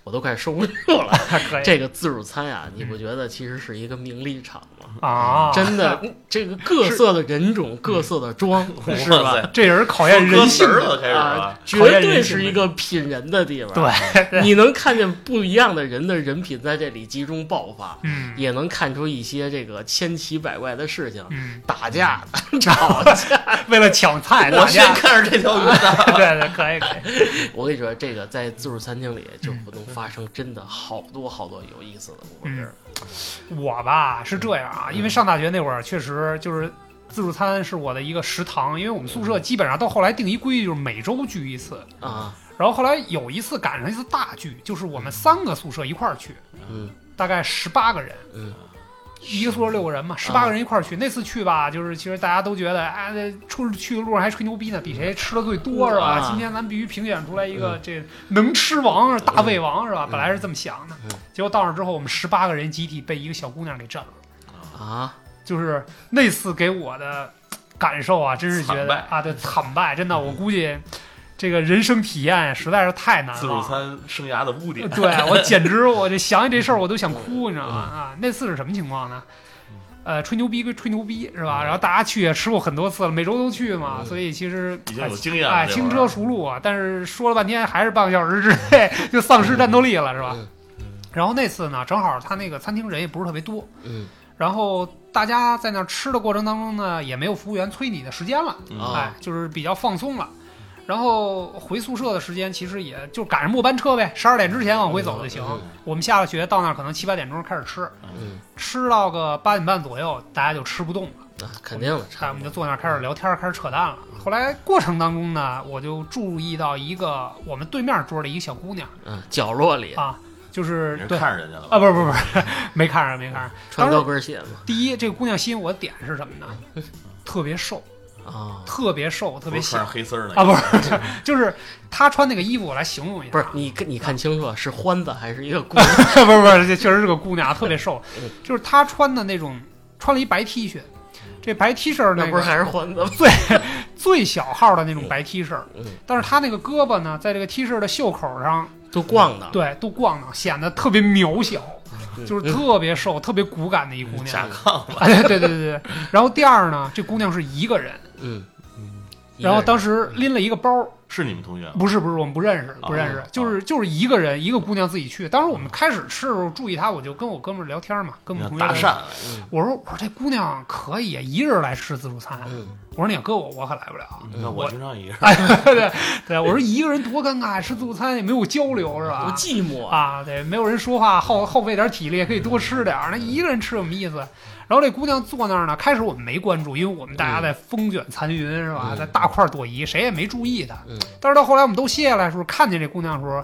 C: 我都快受不了了。
A: 还可以
C: 这个自助餐啊，你不觉得其实是一个名利场吗？
A: 啊，
C: 真的，这个各色的人种、各色的装，是
B: 哇
C: 吧？
B: 塞
A: 这也是考验人性
B: 歌词儿
A: 的，
B: 了开始
C: 啊
B: 啊，，
C: 绝
A: 考验嗯
C: 对
A: 人性
C: 是
A: 的
C: 一个品人的地方。
A: 对，
C: 你能看见不一样的人的人品在这里集中爆发，
A: 嗯
C: 也能看出一些这个千奇百怪的事情，
A: 嗯，
C: 打架、 吵架。
A: 为了抢菜
B: 我
A: 打
B: 先
A: 架，
B: 看着这条鱼
A: 啊
B: 的，
A: 对对，可以可以，
C: 我跟你说，这个在自助餐厅里就不能发生真的好多好多有意思的故事。
A: 嗯我吧是这样啊，因为上大学那会儿确实就是自助餐是我的一个食堂，因为我们宿舍基本上到后来定一规矩就是每周聚一次，
C: 啊，
A: 然后后来有一次赶上一次大聚，就是我们三个宿舍一块儿去，
C: 嗯
A: 大概十八个人，
C: 嗯啊
A: 一个宿舍六个人嘛，十八个人一块儿去。那次去吧，就是其实大家都觉得，哎，那出去的路上还吹牛逼呢，比谁吃的最多是吧
C: 啊？嗯
A: 今天咱们必须评选出来一个这能吃王、大胃王是吧？本来是这么想的
C: 嗯，
A: 结果到那之后，我们十八个人集体被一个小姑娘给占了。
C: 啊，
A: 就是那次给我的感受啊，真是觉
B: 惨
A: 得
B: 败嗯
A: 啊，对，惨败，真的，我估计这个人生体验实在是太难了。
B: 自助餐生涯的污点，
A: 对我简直，我这想起这事儿我都想哭，你知道吗？
B: 嗯
A: 啊，那次是什么情况呢？呃，吹牛逼归吹牛逼是
B: 嗯
A: 吧？然后大家去也吃过很多次了，每周都去嘛，
C: 嗯
A: 所以其实
B: 已经有经验了。
A: 哎
B: 这
A: 轻
B: 玩意
A: 车
B: 儿
A: 熟路啊。但是说了半天还是半个小时之内 就丧失战斗力了是吧
C: 嗯？
A: 然后那次呢，正好他那个餐厅人也不是特别多，
C: 嗯
A: 然后大家在那儿吃的过程当中呢，也没有服务员催你的时间了。
B: 嗯
C: 啊
A: 哎，就是比较放松了。然后回宿舍的时间其实也就赶上末班车呗，十二点之前往回走就行。
C: 嗯
A: 我们下了学到那儿可能七八点钟开始吃，
C: 嗯，
A: 吃到个八点半左右，大家就吃不动了，
C: 啊肯定的，
A: 哎，
C: 差
A: 我
C: 不
A: 们
C: 多
A: 就坐那儿开始聊天，开始扯淡了。后来过程当中呢，我就注意到一个我们对面桌的一个小姑娘
C: 嗯，角落里
A: 啊，就是
B: 你是
A: 对啊，
B: 看着人家了吧？
A: 不是不是不是， 没看上没看上。
C: 穿高跟鞋嘛，
A: 第一，这个姑娘吸引我的点是什么呢？特别瘦，
C: 啊，
A: 特别瘦，特
B: 特
A: 别
B: 穿
A: 小
B: 上。黑丝儿呢
A: 啊，不是，就是他穿那个衣服，我来形容一下，啊
C: 不是你看你看清楚是欢子还是一个姑娘
A: 不是不是，这确实是个姑娘，啊特别 瘦，就是她穿的那种，穿了一白 T 恤，这白 T 恤那
C: 那
A: 个
C: 不是还是欢子吗？
A: 最小号的那种白 T 恤
C: 嗯，
A: 但是她那个胳膊呢，在这个 T 恤的袖口上，
C: 都逛的，
A: 对，都逛荡，显得特别渺小，
C: 啊嗯
A: 就是特别瘦、特别骨感的一姑
B: 下
A: 娘。
B: 炕吧，
A: 哎，对对对对对。然后第二呢，这姑娘是一个人，
C: 嗯，一个
A: 然后
C: 人嗯
A: 当时拎了一个包，
B: 是你们同学啊吗？
A: 不是不是，我们不认识，不认识
B: 哦，
A: 就是就是一个人一个姑娘自己去。当时我们
C: 嗯
A: 开始吃的时候注意她，我就跟我哥们儿聊天嘛，跟我们同学
B: 搭
A: 聊
B: 讪，
A: 我说我说这姑娘可以啊，一人来吃自助餐。
C: 嗯
A: 我说你要搁我，嗯我可来不了。
B: 那我经常一 个人
A: 对，啊我说一个人多尴尬，吃自助餐也没有交流是
C: 多
A: 吧？
C: 寂寞，
A: 啊，对，没有人说话，耗耗费点体力，可以多吃点儿。那一个人吃有什么意思？然后这姑娘坐那儿呢，开始我们没关注，因为我们大家在风卷残云是吧，
C: 嗯
A: 在大块朵颐，谁也没注意她。
C: 嗯
A: 但是到后来我们都歇下来的时候，看见这姑娘的时候，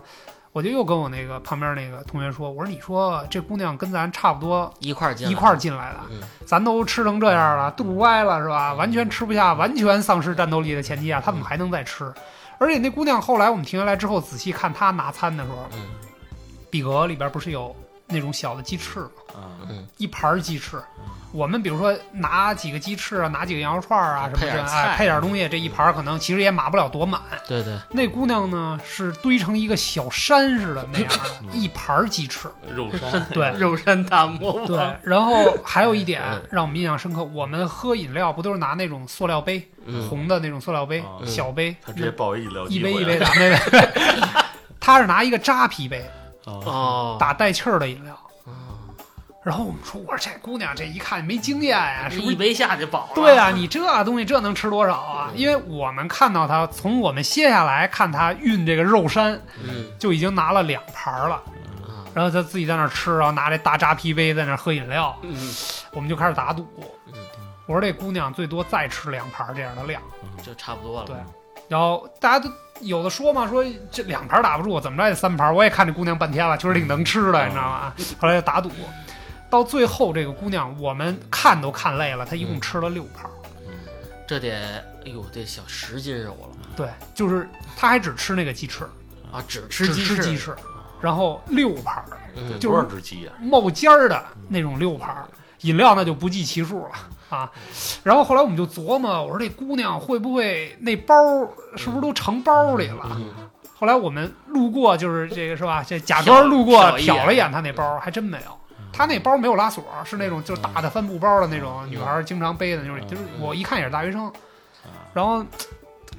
A: 我就又跟我那个旁边那个同学说：“我说你说这姑娘跟咱差不多
C: 一块儿进来
A: 一块儿进来的，
C: 嗯
A: 咱都吃成这样了，肚歪了是吧？完全吃不下，完全丧失战斗力的前提下，
C: 嗯
A: 她怎么还能再吃？而且那姑娘后来我们停下来之后，仔细看她拿餐的时候，
C: 嗯
A: 比格里边不是有那种小的鸡翅吗？
B: 啊，
A: 一盘儿鸡翅，
C: 嗯
A: 我们比如说拿几个鸡翅啊，拿几个羊肉串儿啊什么
C: 配点
A: 的，
C: 菜嗯
A: 哎，配点东西，这一盘儿可能其实也码不了多满。
C: 对对，
A: 那姑娘呢是堆成一个小山似的那 样的
B: 嗯
A: 一盘儿鸡翅，
B: 肉 山，
A: 对
C: 肉山大 魔
A: 对
C: 王，。
A: 然后还有一点
C: 嗯
A: 让我们印象深刻，我们喝饮料不都是拿那种塑料杯，
C: 嗯
A: 红的那种塑料杯，
B: 哦
A: 小杯，
B: 他直接抱一饮料
A: 一
B: 机
A: 杯
B: 回
A: 一
B: 来
A: 杯 的，没没。 他是拿一个扎啤杯
B: 啊，
C: 哦，
A: 打带气儿的饮料，
C: 哦
A: 然后我们说，我说这姑娘这一看没经验呀、是不
C: 一
A: 是？
C: 杯下去饱了，
A: 对啊，你这东西这能吃多少啊？
C: 嗯
A: 因为我们看到她从我们歇下来看她运这个肉山，
C: 嗯
A: 就已经拿了两盘儿了。
C: 啊
A: 然后他自己在那儿吃，然后拿这大扎啤杯在那儿喝饮料，
C: 嗯，
A: 我们就开始打赌
C: 嗯。
A: 我说这姑娘最多再吃两盘这样的量，
C: 就差不多了，
A: 对。然后大家都有的说嘛，说这两盘打不住，怎么着也得三盘。我也看这姑娘半天了，确实挺能吃的，
B: 嗯
A: 你知道吗？后来就打赌，到最后这个姑娘我们看都看累了，她一
C: 嗯
A: 共吃了六盘。
C: 这得，哎呦，这小十斤肉了
A: 对，就是她还只吃那个鸡翅，
C: 啊！只
A: 只
C: 吃鸡
A: 嗯吃鸡
C: 翅，
A: 翅，然后六盘
C: 嗯
A: 就
B: 多少只鸡呀？
A: 啊冒尖儿的那种六盘儿，饮料那就不计其数了啊。然后后来我们就琢磨，我说这姑娘会不会那包儿是不是都成包里了？
C: 嗯
A: 后来我们路过，就是这个是吧？这假装路过
C: 瞟一眼
A: 瞟了一眼他那包，还真没有。
B: 嗯
A: 他那包没有拉锁，是那种就是大的帆布包的那种，女孩儿经常背的那种。
B: 嗯
A: 就是我一看也是大学生，
B: 啊
A: 然后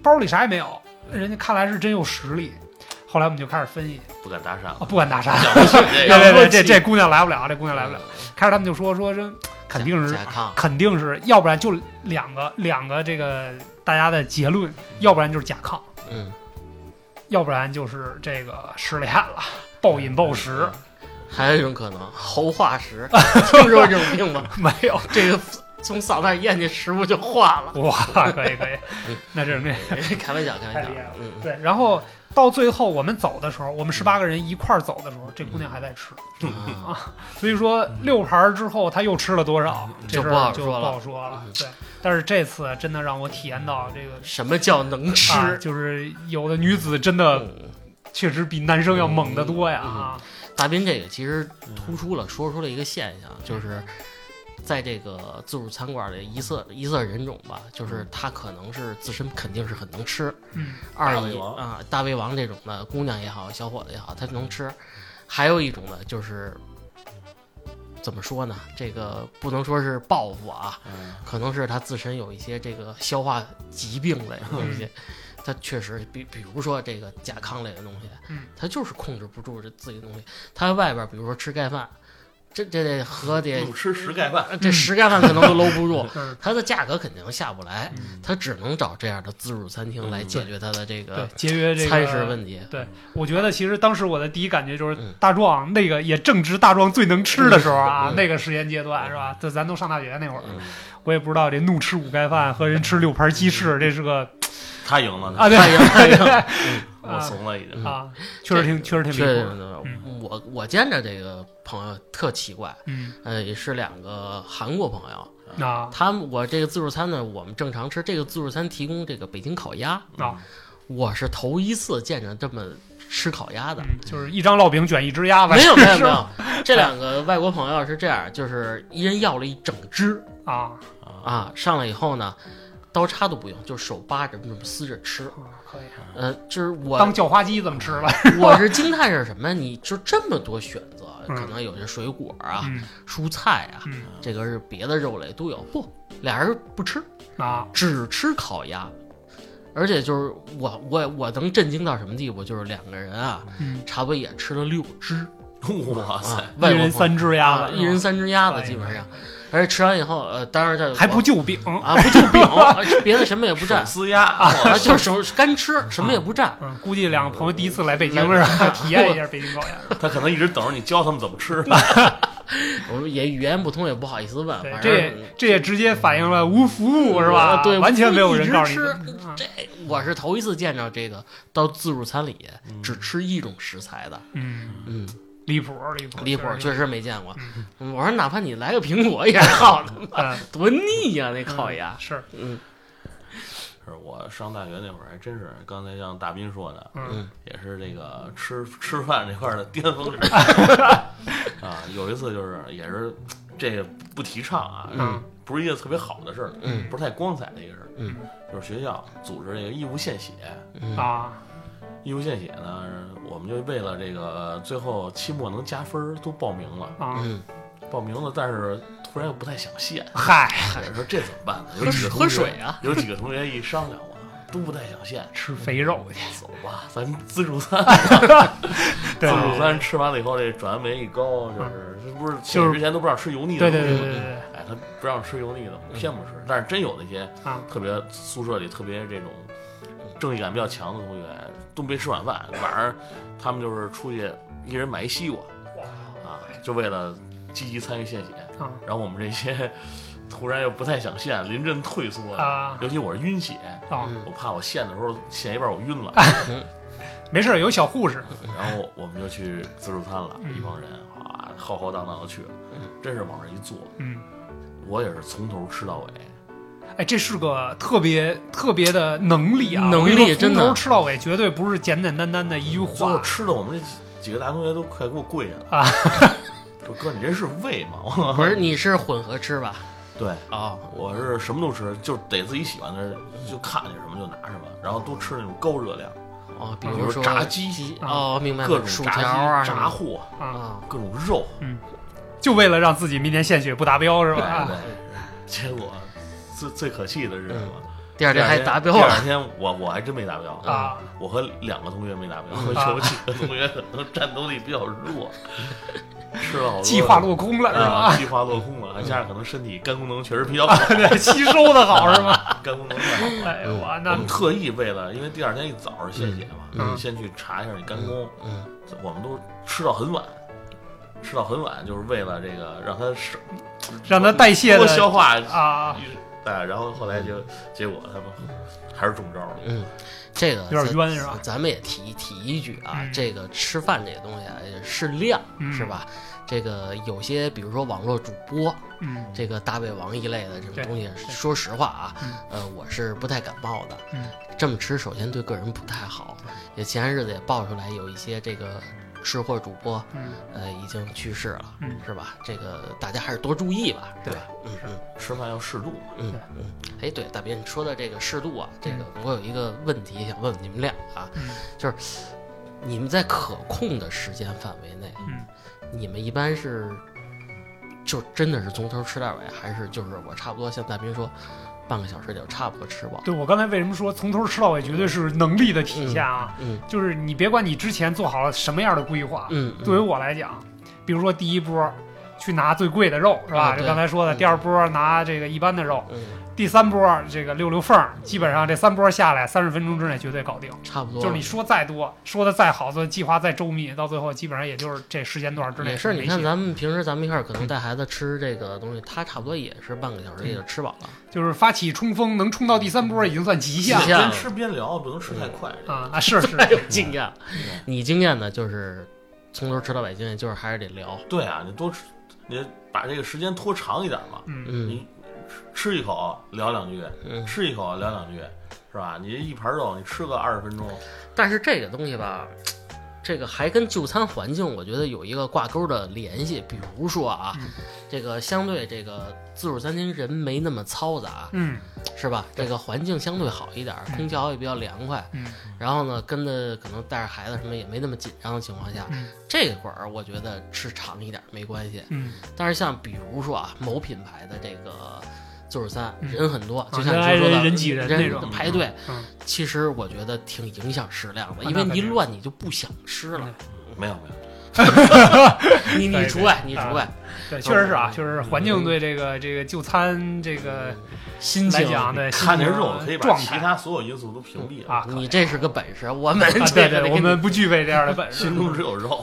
A: 包里啥也没有，人家看来是真有实力。后来我们就开始分析，
B: 不敢搭讪
A: 啊，不管搭讪，
B: 讲不起
A: 对
B: 这个
A: 对对，这这姑娘来不了，这姑娘来不了。开始他们就说说这肯定是啊
C: 甲亢，
A: 肯定是要不然就两个两个这个大家的结论，要不然就是甲亢，
C: 嗯，
A: 要不然就是这个失恋了，暴饮暴食，
C: 还有一种可能，喉化石， 听说过这种 病吗？
A: 没有。
C: 这个从嗓子眼咽进食物就化了。
A: 哇，可以可以，那这那
C: 开玩笑，开玩
A: 太厉害
C: 笑
A: 了，
C: 嗯，嗯
A: 对。然后到最后我们走的时候，我们十八个人一块儿走的时候，这姑娘还在吃，
C: 啊
A: 所以说六盘儿之后她又吃了多少，这
C: 嗯就
A: 事
C: 不
A: 儿
C: 好
A: 就不
C: 说了
A: 好说了
C: 嗯。
A: 对，但是这次真的让我体验到这个。
C: 什么叫能吃？
A: 啊，就是有的女子真的
C: 嗯
A: 确实比男生要猛得多呀！
C: 嗯嗯
A: 啊，
C: 大斌这个其实突出了说出了一个现
A: 嗯
C: 象，就是在这个自助餐馆的一色一色人种吧，就是他可能是自身肯定是很能吃，
A: 嗯，
C: 二
B: 大胃
C: 一
B: 王
C: 啊大胃王这种的姑娘也好，小伙子也好，他能
A: 嗯
C: 吃。还有一种呢，就是怎么说呢？这个不能说是报复啊，
B: 嗯
C: 可能是他自身有一些这个消化疾病类的东
A: 嗯
C: 西，他确实比比如说这个甲亢类的东西
A: 嗯，
C: 他就是控制不住这自己的东西。他在外边儿比如说吃盖饭，这这得合得
B: 不吃十盖饭，
C: 这十盖饭可能都搂不住，
A: 嗯
C: 它的价格肯定下不来，
B: 嗯
C: 他只能找这样的自助餐厅来
B: 嗯
C: 解决他的这
A: 对
C: 个，
A: 节约这个
C: 餐食问题。
A: 我觉得其实当时我的第一感觉就是
C: 嗯
A: 大壮那个也正值大壮最能吃的时候啊，
C: 嗯
A: 那个时间阶段是吧？这咱都上大学那会儿，
C: 嗯
A: 我也不知道这怒吃五盖饭和人吃六盘鸡
C: 嗯
A: 翅，这是个
B: 他赢了，
A: 啊对
C: 太阳太阳，
B: 我怂了已经。 嗯
A: 啊，确实挺确实挺
C: 确
A: 离
C: 实
A: 谱的，，
C: 我我见着这个朋友特奇怪，
A: 嗯
C: 呃，也是两个韩国朋友，
A: 啊
C: 他们我这个自助餐呢，我们正常吃，这个自助餐提供这个北京烤鸭，
A: 啊，
C: 我是头一次见着这么吃烤鸭的。
A: 嗯就是一张烙饼卷一只鸭吧，
C: 没有没有
A: 是
C: 没
A: 吧
C: 有，这两个外国朋友是这样，就是一人要了一整只
A: 啊，
C: 啊，上来以后呢，刀叉都不用，就手扒着这么撕着吃。
A: 嗯可以
C: 呃，就是我
A: 当叫花鸡这么吃了，
C: 我是惊叹是什么？你就这么多选择，
A: 嗯
C: 可能有些水果啊、
A: 嗯
C: 蔬菜啊，
A: 嗯
C: 这个是别的肉类都有。不，俩人不吃，
A: 啊
C: 只吃烤鸭。而且就是我我我能震惊到什么地步？就是两个人啊，
A: 嗯，
C: 差不多也吃了六只，
B: 哇
C: 啊
B: 塞，，
A: 一
C: 外国
A: 人
C: 朋友
A: 三只鸭
C: 啊，
A: 子，哎
C: 一人三只鸭子基本上。而且吃完以后，呃，当然这
A: 还不就饼，
C: 啊不就 饼，啊别的什么也不
B: 手
C: 蘸，
B: 撕鸭
C: 啊
B: 啊
C: 就是手干吃，什么也不蘸。
A: 嗯，估计两个朋友第一次来北京
C: 来
A: 是吧？体验一下 北京烤鸭。
B: 他可能一直等着你教他们怎么吃。
C: 我们也语言不通，也不好意思问。
A: 对，
C: 反
A: 这也
C: 正嗯啊
A: 这也直接反映了无服务是吧？
C: 对，
A: 完全没有人告诉你怎
C: 一直
A: 么
C: 吃嗯
A: 弄。啊
C: 这我是头一次见着这个到自助餐里
B: 嗯
C: 只吃一种食材的，
A: 嗯，
C: 嗯，
A: 离谱，离谱，
C: 离谱，确实没见过
A: 嗯。
C: 我说哪怕你来个苹果也是好的，
A: 嗯，
C: 多腻呀那 烤鸭
A: 嗯。是，
C: 嗯
B: 是我上大学那会儿，还真是刚才像大斌说的，
A: 嗯
C: 嗯
B: 也是这个吃吃饭这块儿的巅峰 值啊。有一次就是也是这个不提倡啊，
A: 嗯
B: 不是一个特别好的事儿，
C: 嗯
B: 不是太光彩的一个事儿。
C: 嗯，
B: 就是学校组织这个义务献血，
C: 嗯
A: 啊，
B: 义务献血呢，我们就为了这个最后期末能加分儿都报名了，
A: 啊，
C: 嗯，
B: 报名了，但是突然又不太想献，
A: 嗨，
B: 我说这怎么办呢？有
C: 喝
B: 几个
C: 水喝
B: 同学
C: 水，啊，
B: 有几个同学一商量，我啊都不太想献，
A: 吃肥肉去，
B: 走吧，咱自助餐，自
C: 嗯
A: 对嗯
B: 助餐吃完了以后，这转氨酶一高，啊就是这不是
A: 就是
B: 献之前都不让吃油腻
A: 对对
B: 的，
A: 对对
B: 东西
A: 对
B: 吗？
A: 对嗯
B: 哎，他不让吃油腻的，我偏不吃，但是真有那些
A: 对啊，
B: 特别宿舍里特别这种正义感比较强的同学，都没吃晚饭，晚上他们就是出去一人买一西瓜啊，就为了积极参与献血。
A: 啊
B: 然后我们这些 突然又不太想献，临阵退缩的
A: 啊
B: 尤其我是晕血，
A: 啊，
C: 嗯
B: 我怕我献的时候献一半我晕了。
A: 没事儿，有小护士，
C: 嗯
B: 然后我们就去自助餐了，
A: 嗯
B: 一帮人啊，浩浩荡荡的去了，
C: 嗯
B: 真是往那一坐，
A: 嗯，
B: 我也是从头吃到尾。
A: 哎，这是个特别特别的能力啊，
C: 能力
A: 我跟你说
C: 真的
A: 从头吃到尾，绝对不是简简单单的一句
B: 最后
A: 话，
B: 吃的我们那几个大同学都快给我跪下了
A: 啊！
B: 说哥，你这是胃吗？ 我
C: 不是你是混合吃吧？
B: 对，
C: 哦，
B: 我是什么都吃，就得自己喜欢的，就看见什么就拿什么，然后都吃那种高热量，
C: 哦，比
A: 比
C: 如
B: 如
C: 说
B: 炸鸡
A: 啊
C: 哦，明白了，
B: 各种
C: 薯
B: 炸
C: 条
B: 鸡
C: 啊什么
B: 炸货，
A: 啊，
C: 啊，
B: 各种肉，
A: 就为了让自己明年献血不达标是
B: 对
A: 吧？啊
B: 对。结果最最可气的是什么？
C: 嗯第二
B: 第
C: 天
B: 二
C: 还
B: 天
C: 达标
B: 第
C: 了
B: 二天我我还真没达标
C: 嗯
A: 啊，
B: 我和两个同学没达标，
A: 啊
B: 有几个同学可能战斗力比较弱，吃了好多
A: 计划落空了是
B: 啊，
A: 吧？
B: 计划落空了，还加上可能身体肝功能确实比较好，
A: 对，吸收的好 是吧？
B: 肝功能太好了。
A: 哎呦我
B: 我
A: 那
B: 们特意为了，因为第二天一早上谢血嘛，
A: 嗯
B: 你先去查一下你肝功，
C: 嗯，
B: 我们都吃到很晚，吃到很晚，就是为了这个让它少
A: 让他代谢
B: 多
A: 的
B: 消化
A: 啊，
B: 哎，然后后来就结果他们还是中招了。
C: 嗯，这个
A: 有点
C: 咱
A: 冤是吧？
C: 咱们也提提一句啊，
A: 嗯
C: 这个吃饭这个东西啊，也适量、
A: 嗯
C: 是吧？这个有些比如说网络主播，
A: 嗯
C: 这个大胃王一类的这
A: 对
C: 种东西，说实话啊
A: 嗯，
C: 呃，我是不太感冒的。
A: 嗯
C: 这么吃首先对个人不太好，也前些日子也爆出来有一些这个吃货主播，
A: 嗯，
C: 呃，已经去世了，
A: 嗯
C: 是吧？这个大家还是多注意吧，是
A: 对
C: 吧？嗯嗯
B: 吃饭要适度嘛，
C: 嗯
A: 对
C: 嗯。哎，对，大斌，你说的这个适度啊，这个我有一个问题想问问你们俩啊，
A: 嗯
C: 你们在可控的时间范围内，
A: 嗯，
C: 你们一般是就真的是从头吃到尾，还是就是我差不多像大斌说，半个小时就差不多吃饱？
A: 对我刚才为什么说从头吃到尾绝对是能力的体现啊？
C: 嗯
A: 就是你别管你之前做好了什么样的规划，
C: 嗯，
A: 对于我来讲，比如说第一波去拿最贵的肉是吧？
C: 啊对
A: 就刚才说的，
C: 嗯
A: 第二波拿这个一般的肉，
C: 嗯，
A: 第三波这个溜溜缝儿，基本上这三波下来，三十分钟之内绝对搞定。
C: 差不多。
A: 就是你说再多，说的再好，做计划再周密，到最后基本上也就是这时间段之内
C: 也是，
A: 没
C: 你看
A: 戏
C: 咱们平时咱们一块儿可能带孩子吃这个东西，他差不多也是半个小时也就吃饱了。
A: 就是发起冲锋，能冲到第三波已经算极限
C: 极
A: 了
C: 限哎
B: 边吃边聊，不能吃太快。
A: 啊！啊， 是是，
C: 太有经验，你经验呢就是从头吃到尾，经验就是还是得聊。
B: 对啊，你多吃，你把这个时间拖长一点嘛。
A: 嗯，
C: 嗯
B: 你吃吃一口聊两句，
C: 嗯，
B: 吃一口聊两句，是吧？你一盘肉，你吃个二十分钟，
C: 但是这个东西吧，这个还跟就餐环境我觉得有一个挂钩的联系。比如说啊，
A: 嗯
C: 这个相对这个自助餐厅人没那么嘈杂，
A: 嗯
C: 是吧？这个环境相对好一点儿，空调也比较凉快。
A: 嗯
C: 然后呢，跟着可能带着孩子什么也没那么紧张的情况下，
A: 嗯
C: 这会儿我觉得吃长一点没关系。
A: 嗯，
C: 但是像比如说啊，某品牌的这个自助餐
A: 嗯
C: 人很多，就像
A: 人挨
C: 你说的
A: 人人挤人那种
C: 排队，
A: 嗯
C: 其实我觉得挺影响食量的，
A: 啊
C: 因为
A: 那肯
C: 你一
A: 定
C: 乱你就不想吃了。
B: 没有没有，
C: 你你
A: 对
C: 除
A: 对
C: 外，你除
A: 啊
C: 外，
A: 对，确实是啊，确
C: 嗯
A: 实是环境对这个这个就餐这个
C: 心
A: 来
C: 情。
A: 讲对
B: 看见
A: 哎心情
B: 肉可以把
A: 状
B: 其
A: 态
B: 他所有因素都屏蔽了。
A: 啊，
C: 你这是个本事， 我们
A: 啊
C: 这
A: 对
C: 个得
A: 对，
C: 给
A: 我
C: 你
A: 们不具备这样的本事
B: 心。中只 有肉，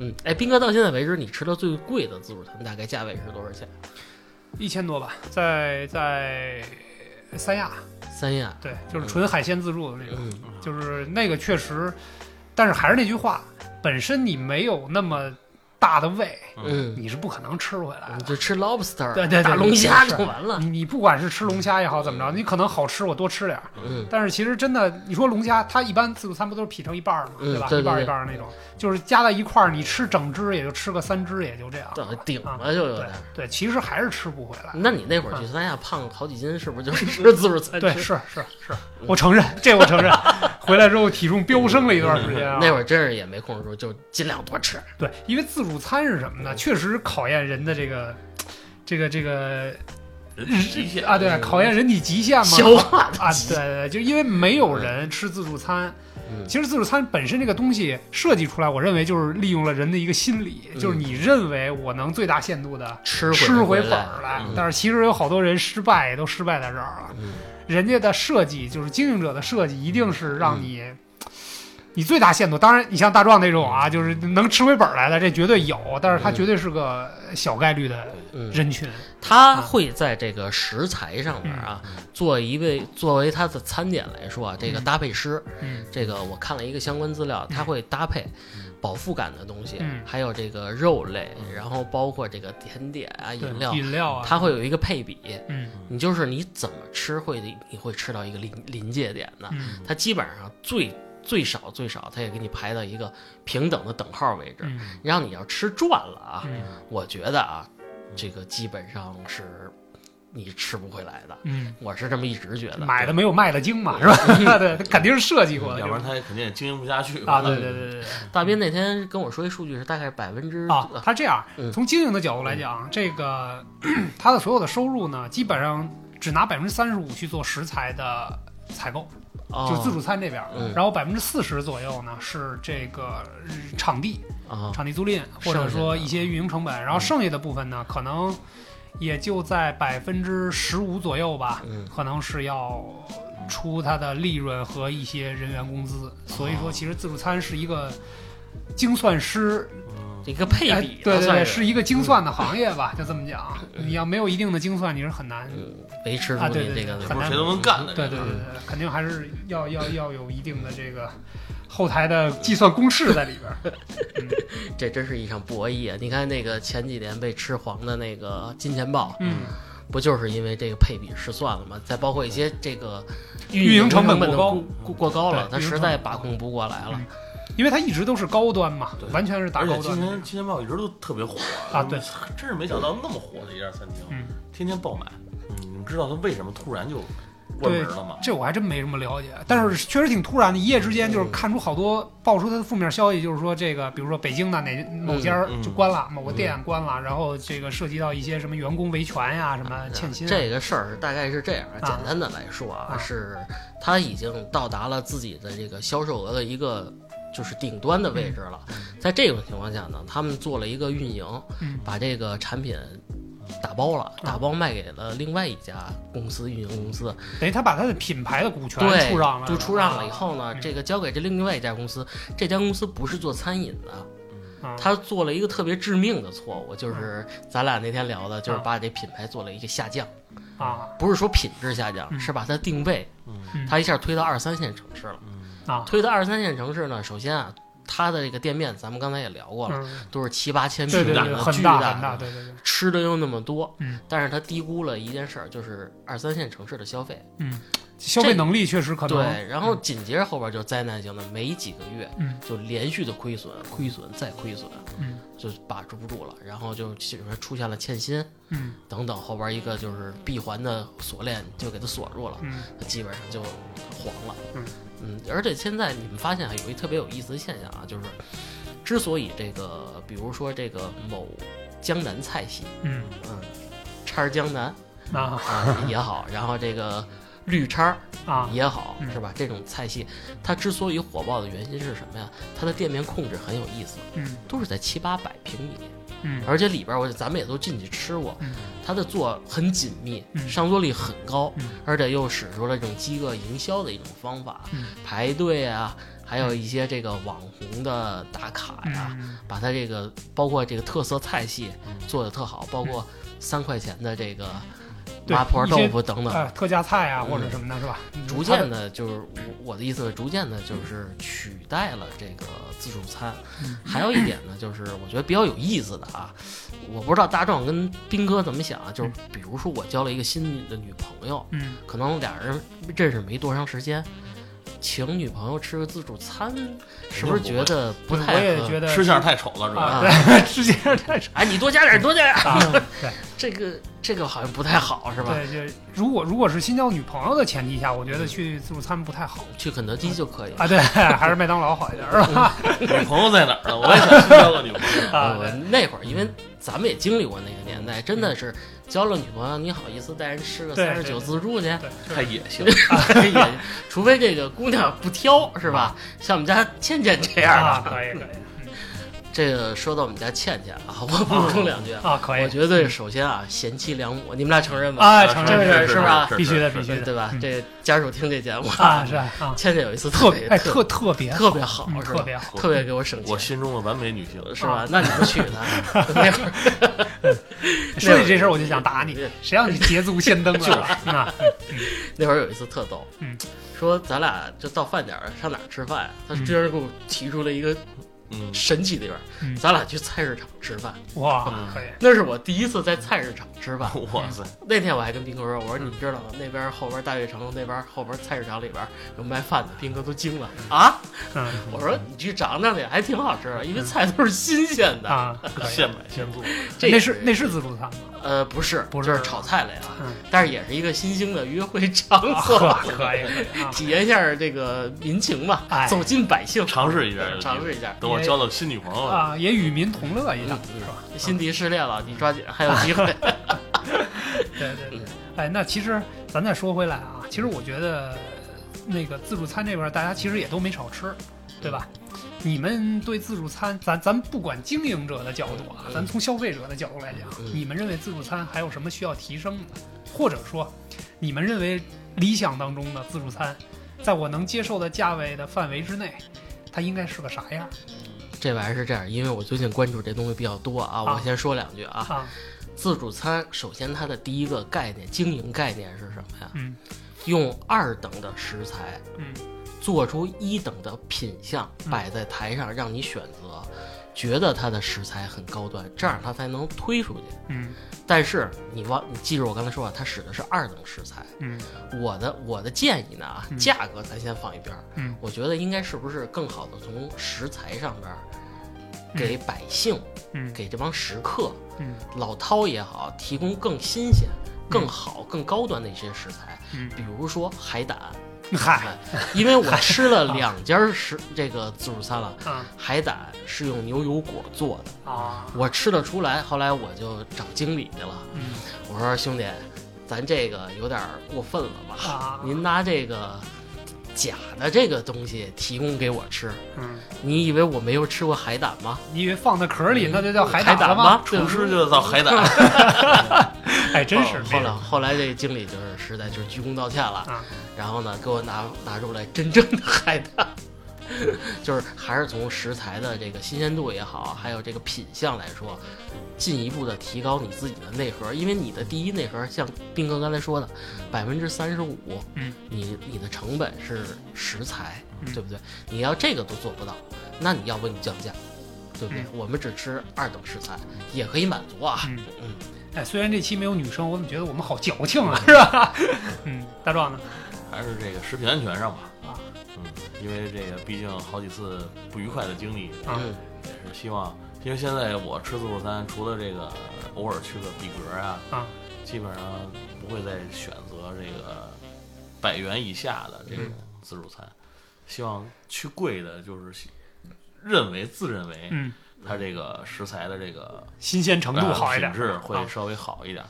C: 嗯，哎，斌哥，到现在为止，你吃的最贵的自助餐大概价位是多少钱？
A: 一千多吧，在在三亚，
C: 三亚，
A: 对，就是纯海鲜自助的那种，
C: 嗯
A: 就是那个确实，但是还是那句话，本身你没有那么大的胃，
C: 嗯，
A: 你是不可能吃回来
C: 你
A: 的。
C: 就吃 lobster，
A: 对对对
C: 大龙虾
A: 是嗯
C: 就完了。
A: 你你不管是吃龙虾也好怎么着，你可能好吃我多吃点儿，
C: 嗯，
A: 但是其实真的，你说龙虾，它一般自助餐不都是劈成一半儿嘛，
C: 嗯
A: 吧？
C: 对对
A: 一半儿
C: 对
A: 一半儿那种，就是加在一块儿，你吃整只也就吃个三只，也就这样
C: 到
A: 了。
C: 顶
A: 啊
C: 了就有
A: 对
C: 点。
A: 对，其实还是吃不回来。
C: 那你那会儿去三亚胖好几斤，是不是就是吃自助餐？
A: 对，是是是，
C: 嗯
A: 我承认，这我承认。回来之后体重飙升了一段时间啊。
C: 那会儿真是也没控制住，就尽量多吃。
A: 对，因为自助餐是什么呢？确实考验人的这个、这个、这个
B: 人体极限
A: 啊，对，考验人体极限嘛。
C: 嗯消化的
A: 啊，
C: 极
A: 对对，对就因为没有人吃自助餐。
C: 嗯
A: 其实自助餐本身这个东西设计出来，我认为就是利用了人的一个心理，
C: 嗯
A: 就是你认为我能最大限度的
C: 吃
A: 吃回
C: 回本
A: 本儿来，
C: 嗯
A: 但是其实有好多人失败也都失败在这儿了。
C: 嗯
A: 人家的设计就是经营者的设计，一定是让你。你最大限度，当然，你像大壮那种啊，就是能吃回本儿来的，这绝对有，但是他
C: 嗯
A: 绝对是个小概率的
C: 嗯，
A: 人群。嗯
C: 他会在这个食材上面啊，做一位作为他的餐点来说啊，这个
A: 嗯
C: 搭配师，
A: 嗯
C: 这个我看了一个相关资料，他会搭配饱腹感的东西
A: 嗯，
C: 还有这个肉类，然后包括这个甜点啊、
A: 对
C: 饮料，
A: 饮料啊，
C: 它会有一个配比。
A: 嗯
C: 你就是你怎么吃会你会吃到一个临临界点的，
A: 嗯
C: 它基本上最最少最少，它也给你排到一个平等的等号位置。
A: 嗯
C: 让你要吃赚了啊，
A: 嗯
C: 我觉得啊，这个基本上是你吃不回来的。
A: 嗯，
C: 我是这么一直觉得，
A: 买的没有卖的精嘛，是吧？ 对，肯定是设计过的，
B: 嗯要不然嗯他也肯定也经营不下去
A: 啊，对对对对对
C: 大斌那天跟我说一数据是大概百分之
A: 啊，他这样
C: 嗯
A: 从经营的角度来讲，这个 他的所有的收入呢，基本上只拿百分之三十五去做食材的采购，
C: 哦
A: 就自助餐这边儿，
C: 嗯
A: 然后百分之四十左右呢是这个呃场地、
C: 啊，
A: 场地租赁，或者说一些运营成本，然
C: 嗯
A: 后剩下的部分呢，可能也就在百分之十五左右吧，
C: 嗯
A: 可能是要出它的利润和一些人员工资。所以
C: 哦
A: 说，其实自助餐是一个精算师，
C: 一个配
A: 哎
C: 比吧，啊
A: 对对对，
C: 算
A: 是一个精算的行业吧，就这么讲。你要没有一定的精算，你是很难。
C: 嗯维持住
A: 啊对
C: 你
A: 对
C: 这个
A: 对
B: 这
A: 很
B: 不
A: 难
B: 是谁都能干的。
A: 对对对对，肯定还是要要要有一定的这个后台的计算公式在里边儿。
C: 这真是一场博弈啊！你看那个前几年被吃黄的那个金钱豹，
A: 嗯，
C: 不就是因为这个配比失算了吗？再包括一些这个
A: 运营成本
C: 过
A: 过高
C: 过过高了，
A: 对
C: 他
A: 运营
C: 实
A: 成
C: 在
A: 本
C: 把控不过来了
A: 嗯。因为它一直都是高端嘛
B: 对，
A: 完全是打
B: 而
A: 高
B: 且今
A: 端的
B: 天。今天报一直都特别火
A: 啊对，
B: 真是没想到那么火的一家餐厅，
A: 嗯
B: 天天爆满。嗯你们知道他为什么突然就关门了吗？
A: 这我还真没什么了解，但是确实挺突然的，一夜之间就是看出好多爆出它的负面消息，就是说这个，比如说北京的哪某家儿
B: 嗯嗯
A: 就关了，某个店啊关了，然后这个涉及到一些什么员工维权呀、什么欠薪啊，
C: 这个事儿大概是这样，啊，
A: 啊
C: 简单的来说啊，
A: 啊
C: 是他已经到达了自己的这个销售额的一个就是顶端的位置了。在这种情况下呢，他们做了一个运营，
A: 嗯啊
C: 把这个产品打包了，打包卖给了另外一家公司运营公司。
A: 等于他把他的品牌的股权
C: 对，
A: 出让了，
C: 就出让了以后呢，
A: 嗯
C: 这个交给这另外一家公司，这家公司不是做餐饮的。
A: 啊，
C: 他做了一个特别致命的错误，就是咱俩那天聊的，就是把这品牌做了一个下降，
A: 啊
C: 不是说品质下降，
A: 嗯
C: 是把它定位，
B: 嗯
A: 嗯
C: 它一下推到二三线城市了。
B: 嗯
A: 啊，
C: 推到二三线城市呢，首先啊，它的这个店面，咱们刚才也聊过了，
A: 嗯，
C: 都是七八千
A: 对
C: 平
A: 对
C: 米
A: 对，
C: 的
A: 很
C: 巨
A: 大很
C: 的
A: 大，对对对，
C: 吃的又那么多，
A: 嗯
C: 但是他低估了一件事儿，就是二三线城市的消费。
A: 嗯，消费能力确实可能，
C: 对，然后紧接着后边就灾难性的，没几个月
A: 嗯
C: 就连续的亏损，亏损再亏损，
A: 嗯
C: 就把持不住了，然后就其实出现了欠薪
A: 嗯
C: 等等，后边一个就是闭环的锁链就给它锁住了，
A: 嗯
C: 基本上就黄了。
A: 嗯
C: 嗯而且现在你们发现啊，有一特别有意思的现象啊，就是之所以这个，比如说这个某江南菜系，
A: 嗯
C: 嗯，叉儿江 南
A: 啊
C: 啊也好，然后这个绿叉儿
A: 啊，
C: 也好，
A: 嗯
C: 是吧？这种菜系它之所以火爆的原因是什么呀？它的店面控制很有意思，
A: 嗯
C: 都是在七八百平米，
A: 嗯
C: 而且里边儿我咱们也都进去吃过，
A: 嗯
C: 它的做很紧密，
A: 嗯
C: 上座率很高，
A: 嗯
C: 而且又使出了这种饥饿营销的一种方法，
A: 嗯
C: 排队啊，还有一些这个网红的打卡呀、
A: 嗯
C: 把它这个包括这个特色菜系
B: 嗯
C: 做的特好，包括三块钱的这个
A: 对
C: 麻婆
A: 一些
C: 豆腐等等，
A: 啊，特价菜啊
C: 嗯
A: 或者什么的，是吧？
C: 逐渐的，就是我我的意思是，逐渐的就是取代了这个自助餐。
A: 嗯
C: 还有一点呢，就是我觉得比较有意思的啊，我不知道大壮跟斌哥怎么想啊，就是比如说我交了一个新的女朋友，
A: 嗯
C: 可能俩人认识没多长时间。请女朋友吃个自助餐，是不是觉得不太
A: 哎我也
C: 合
A: 觉得
B: 吃相太丑了是吧？
A: 啊，
C: 啊
A: 对，直接太扯
C: 哎，你多加点儿，多加点儿，
A: 了。
C: 这个这个好像不太好，是吧？
A: 啊对，就如果如果是新交女朋友的前提下，我觉得去自助餐不太好
C: 去肯德基就可以。
A: 啊。对，还是麦当劳好一点，是吧？
B: 女朋友在哪儿呢？我也想去交个女朋 友。
A: 啊，
C: 我
A: 对嗯
C: 那会儿，因为咱们也经历过那个年代，真的是交了女朋友，你好意思带人吃个
A: 对
C: 三十九 自助去？
A: 对，
B: 太野性，
C: 也除非这个姑娘不挑，是吧？像我们家倩倩这样
A: 啊，
C: 的。
A: 可以可以
C: 这个说到我们家倩倩啊，我补充两句啊，
A: 啊，可
C: 我
A: 以
C: 觉得首先啊，贤妻良母，你们俩承认吧？
A: 啊，承认
C: 这
A: 这
C: 个是吧
A: 必须的必须
C: 对
A: 的
C: 对吧
A: 嗯？
C: 这家属听这节目
A: 啊，是啊，啊
C: 倩倩有一次
A: 特
C: 别
A: 哎
C: 特
A: 特特别
C: 特别好
A: 嗯，
C: 是
A: 特
C: 吧？
A: 别啊好，
C: 特别给我省钱
B: 我。心中的完美女性。
C: 是吧？那你就娶 她。那会儿
A: 说起这事儿我就想打
C: 嗯
A: 你，谁让你捷足先登了啊？
C: 那会儿有一次特逗，
A: 嗯
C: 说咱俩就到饭点儿上哪儿吃饭呀、他居然给我提出了一个
B: 嗯
C: 神奇的地方，
A: 嗯
C: 咱俩去菜市场吃饭，
A: 哇
B: 嗯，
A: 可以，
C: 那是我第一次在菜市场吃饭。
B: 哇塞，
C: 那天我还跟斌哥说，我说你知道吗？那边后边大悦城那边后边菜市场里边有卖饭的，斌哥都惊了啊！
A: 嗯
C: 我说你去尝尝去，还挺好吃的，因为菜都是新鲜的。
A: 啊，可以。
B: 现买现做，
C: 这
A: 那
C: 个
A: 是那是自助餐吗？
C: 呃不是
A: 不是
C: 就是炒菜类啊，
A: 嗯
C: 但是也是一个新兴的约会场 所，
A: 啊可以，可以 啊
C: 体验一下这个民情嘛，
A: 哎
C: 走进百姓，
B: 尝试一下就行
C: 尝试一下。
B: 等我交到新女朋友了，
A: 啊，也与民同乐一下，
C: 嗯
A: 是吧？
C: 辛迪失恋了，你抓紧，还有 机会。
A: 对对
C: 嗯
A: 对，哎，那其实咱再说回来啊，其实我觉得那个自助餐这边儿大家其实也都没少吃，对吧？
C: 嗯
A: 你们对自助餐，咱咱不管经营者的角度啊，
C: 嗯
A: 咱从消费者的角度来讲，
C: 嗯
A: 你们认为自助餐还有什么需要提升的，或者说，你们认为理想当中的自助餐，在我能接受的价位的范围之内，它应该是个啥样
C: 这玩意儿是这样，因为我最近关注这东西比较多啊，
A: 啊
C: 我先说两句啊。
A: 啊？
C: 自助餐首先它的第一个概念，经营概念是什么呀？
A: 嗯
C: 用二等的食材
A: 嗯
C: 做出一等的品相
A: 嗯
C: 摆在台上，让你选择，觉得它的食材很高端，这样它才能推出去。
A: 嗯
C: 但是你忘，你记住我刚才说啊，它使的是二等食材。
A: 嗯
C: 我的我的建议呢啊
A: 嗯，
C: 价格咱先放一边儿，
A: 嗯
C: 我觉得应该是不是更好的从食材上边儿给百姓、
A: 嗯
C: 给这帮食客、
A: 嗯
C: 老饕也好，提供更新鲜、更好、更高端的一些食材，
A: 嗯，
C: 比如说海胆，呃
A: 嗨
C: 因为我吃了两家 食这个自助餐了，
A: 啊
C: 海胆是用牛油果做的，
A: 啊
C: 我吃得出来，后来我就找经理去了。
A: 嗯
C: 我说兄弟，咱这个有点儿过分了吧？
A: 啊
C: 您拿这个假的这个东西提供给我吃，
A: 嗯。
C: 你以为我没有吃过海胆吗？
A: 你以为放在壳里那就叫海
C: 嗯海
A: 了
C: 胆
A: 吗？
C: 吗？对
B: 厨师就造 海胆，
A: 哎，真是
C: 后
A: 这
C: 来
A: 样
C: 后来这个经理就是实在就是鞠躬道歉哦了，
A: 啊！
C: 然后呢给我拿拿出来真正的海胆， 就是还是从食材的这个新鲜度也好，还有这个品相来说，进一步的提高你自己的内核，因为你的第一内核像斌哥刚才说的，百分之三十五，
A: 嗯，
C: 你你的成本是食材，
A: 嗯
C: 对不对？你要这个都做不到，那你要不你降价，对不对？我们只吃二等食材也可以满足啊，
A: 嗯
C: 嗯
A: 哎，虽然这期没有女生，我怎么觉得我们好矫情啊，是吧？嗯，大壮呢？
B: 还是这个食品安全上吧。
A: 啊，
B: 嗯，因为这个毕竟好几次不愉快的经历，
A: 啊
C: 嗯
B: 也是希望，因为现在我吃自助餐，除了这个偶尔去个比格啊，
A: 啊，
B: 基本上不会再选择这个百元以下的这种
A: 嗯
B: 自助餐。希望去贵的，就是希认为自认
C: 哎
B: 为
A: 嗯，
B: 它这个食材的这个
A: 新鲜程
C: 哎
A: 度
B: 呃
A: 好一点，
B: 品质会
A: 啊
B: 稍微好一点。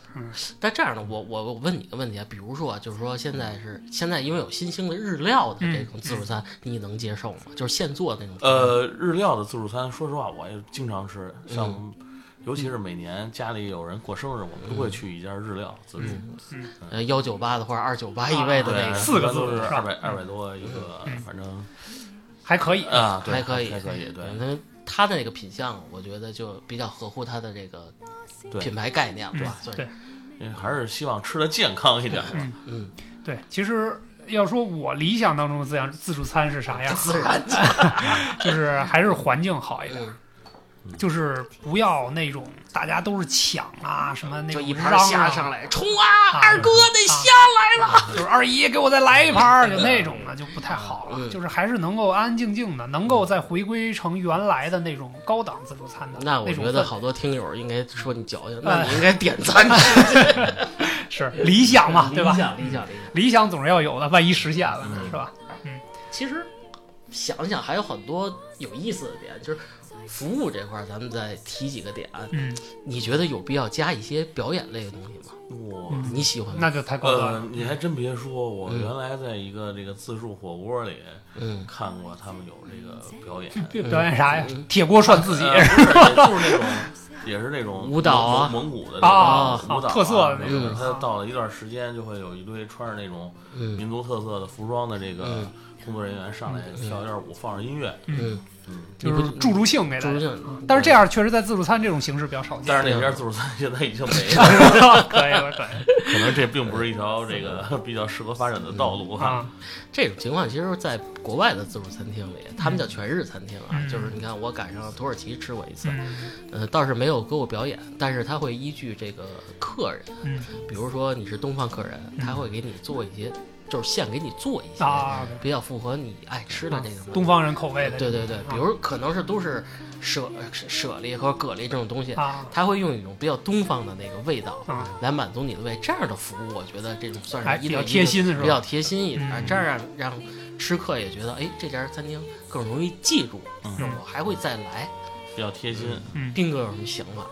C: 但这样呢，我我我问你个问题啊，比如说啊，就是说现在是现在因为有新兴的日料的这种自助餐，你能接受吗？就是现做的那种。，
B: 呃，日料的自助餐，说实话，我也经常吃，像、尤其是每年家里有人过生日，我们都会去一家日料自助。
C: 呃，幺九八的或者二九八一位的那
B: 对，
C: 个，
A: 四个
B: 一般都
A: 字
B: 是
A: 是吧
B: 二百二百多一个，反正
A: 嗯还可
C: 呃
A: 以。
B: 啊，对
C: 还可以，
B: 还可以，对
C: 嗯那它的那个品相，我觉得就比较合乎它的这个品
B: 对，
C: 牌概念，对吧？
A: 嗯
C: 算是
A: 对
B: 因为还是希望吃的健康一点吧。
C: 嗯，
A: 对，其实要说我理想当中的自养自助餐是啥样，
C: 自然界，
A: 就是还是环境好一点。
C: 嗯
A: 就是不要那种大家都是抢啊，什么那
C: 就
A: 种
C: 一
A: 嚷
C: 盘虾
A: 啊
C: 上来，冲啊，啊
A: 啊
C: 二哥那
A: 啊
C: 虾来了，
A: 就是二姨给我再来一盘儿，就那种的就不太好了，
C: 嗯
A: 就是还是能够安安静静的，能够再回归成原来的那种高档自助餐的
C: 那我
A: 种
C: 觉
A: 氛
C: 得
A: 围
C: 好多听友应该说你矫情，
A: 哎
C: 那你应该点赞去，
A: 是理想嘛，对吧？
C: 理想理想理想。
A: 理想总是要有的，万一实现了呢，
B: 嗯
A: 是吧？
C: 其实想想还有很多有意思的点，就是服务这块，儿，咱们再提几个点。啊
A: 嗯，
C: 你觉得有必要加一些表演类的东西吗？
B: 我
A: 嗯
C: 你喜欢吗？
A: 那就太高端
B: 呃
A: 了。，
B: 你还真别说，我
C: 嗯
B: 原来在一个这个自助火锅里
C: 嗯，
B: 看过他们有这个表演，
A: 这表演啥呀
C: 嗯？
A: 铁锅涮自己
B: 呃不是就是那种，也是那种
C: 舞蹈啊
B: 蒙蒙古的
A: 啊
B: 那种舞蹈啊
A: 特色的
B: 那
A: 那
C: 种
B: 种。他到了一段时间，就会有一堆穿着那种
C: 嗯
B: 民族特色的服装的这个
C: 嗯
B: 工作人员上来跳一段舞，放上音乐，
C: 嗯，
B: 嗯，
A: 就
C: 你
A: 是
C: 不
A: 助助性给大
C: 助嗯
A: 家。
C: 性。
A: 但是这样确实在自助餐这种形式比较少见。
B: 但是那边自助餐现在已经没了，
A: 可以了，可以
B: 可能这并不是一条 这个比较适合发展的道路
A: 了
B: 哈。
A: 啊，
C: 这种情况，其实，在国外的自助餐厅里，他们叫全日餐厅啊，
A: 嗯
C: 就是你看，我赶上土耳其吃过一次，
A: 嗯
C: 呃，倒是没有给我表演，但是他会依据这个客人，
A: 嗯
C: 比如说你是东方客人，他会给你做一些，就是现给你做一些
A: 啊，
C: 比较符合你爱吃的这种东西
A: 东方人口味的
C: 对对对，比如可能是都是舍舍利和蛤蜊这种东西，
A: 啊
C: 它会用一种比较东方的那个味道
A: 啊，
C: 来满足你的胃。这样的服务，我觉得这种算
A: 还
C: 是一
A: 比
C: 对
A: 较
C: 一
A: 贴
C: 的
A: 心是吧
C: 比较贴心一点儿，
A: 嗯
C: 这样让让吃客也觉得，哎，这家餐厅更容易记住，
B: 嗯
C: 那我还会再来。
B: 比较贴心，
A: 嗯，
C: 丁哥有什么想法吗？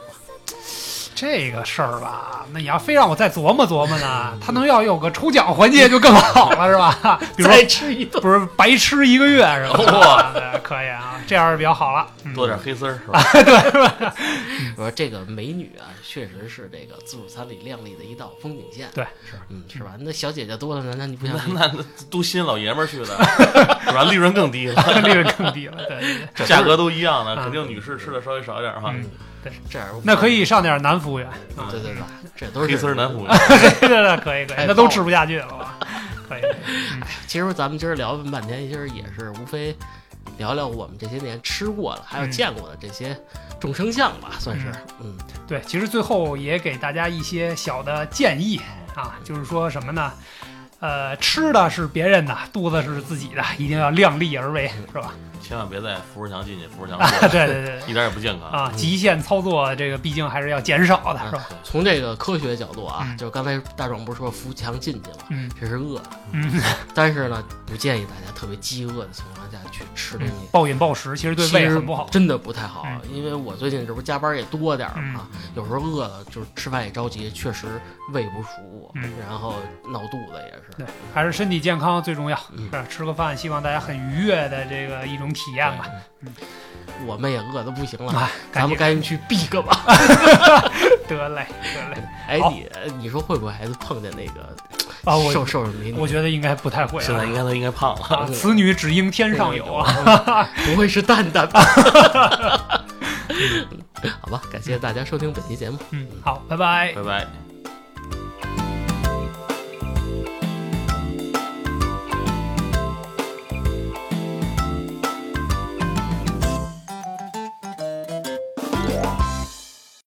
A: 这个事儿吧，那你要非让我再琢磨琢磨
C: 嗯
A: 呢，他能要有个抽奖环节就更好了，是 吧？比如说
C: 再吃一顿，
A: 不是白吃一个月是 吧？哇，对可以啊，这样比较好了。嗯
B: 多点黑丝儿是吧？
C: 我说这个美女啊，确实是这个自助餐里亮丽的一道风景线。
A: 对
C: 是，嗯，是吧？那小姐姐多了，难道你不想
A: 嗯
C: 去
B: 那那都吸引老爷们儿去的，是吧？利润更低了，
A: 利润更低了，对对对
C: 啊
B: 价格都一样的，
A: 啊
B: 肯定女士吃的稍微少一点哈。
A: 嗯
C: 这样？
A: 那可以啊上点男服务员，
C: 啊对，对对对，这都是
B: 黑丝儿男服务员，
A: 对对对，嗯可以可以，那都吃不下去了吧？可以，
C: 其实咱们今儿聊了半天，其实也是无非聊聊我们这些年吃过的，还有
A: 嗯
C: 见过的这些众生相吧，算是。嗯，
A: 对，其实最后也给大家一些小的建议啊，就是说什么呢？呃，吃的是别人的，肚子是自己的，一定要量力而为，是吧？
B: 千万别在扶手墙进去，扶手墙
A: 啊，
B: 出
A: 对
B: 来，
A: 对对对。
B: 一点也不健康。
A: 啊，极限操作这个毕竟还是要减少的，是吧？
C: 从这个科学角度啊，
A: 嗯
C: 就刚才大壮不是说扶墙进去了，
A: 嗯
C: 这是饿，
A: 嗯，
C: 但是呢，不建议大家特别饥饿的情况下去吃东西。
A: 嗯暴饮暴食其实对
C: 其
A: 胃
C: 实
A: 很不好。
C: 真的不太好，
A: 嗯
C: 因为我最近这不加班也多点儿嘛，有时候饿了就是吃饭也着急，确实胃不舒服，
A: 嗯
C: 然后闹肚子也是。
A: 对，还是身体健康最重要，
C: 嗯
A: 是吧？吃个饭，希望大家很愉悦的这个一种体验吧。
C: 我们也饿得不行了，
A: 啊，赶
C: 咱们
A: 紧
C: 赶紧去避个吧。
A: 得嘞，得嘞。
C: 哎，
A: 好
C: 你你说会不会还是碰见那个
A: 啊，
C: 瘦
A: 我
C: 瘦的美女？
A: 我觉得应该不太会
B: 现在
A: 了。
B: 应该他应该胖了，
A: 啊，此女只应天上有啊！
C: 啊， 不会是蛋蛋 吧？好吧，感谢大家收听本期节目。
A: 嗯，好，拜拜。
B: 拜拜。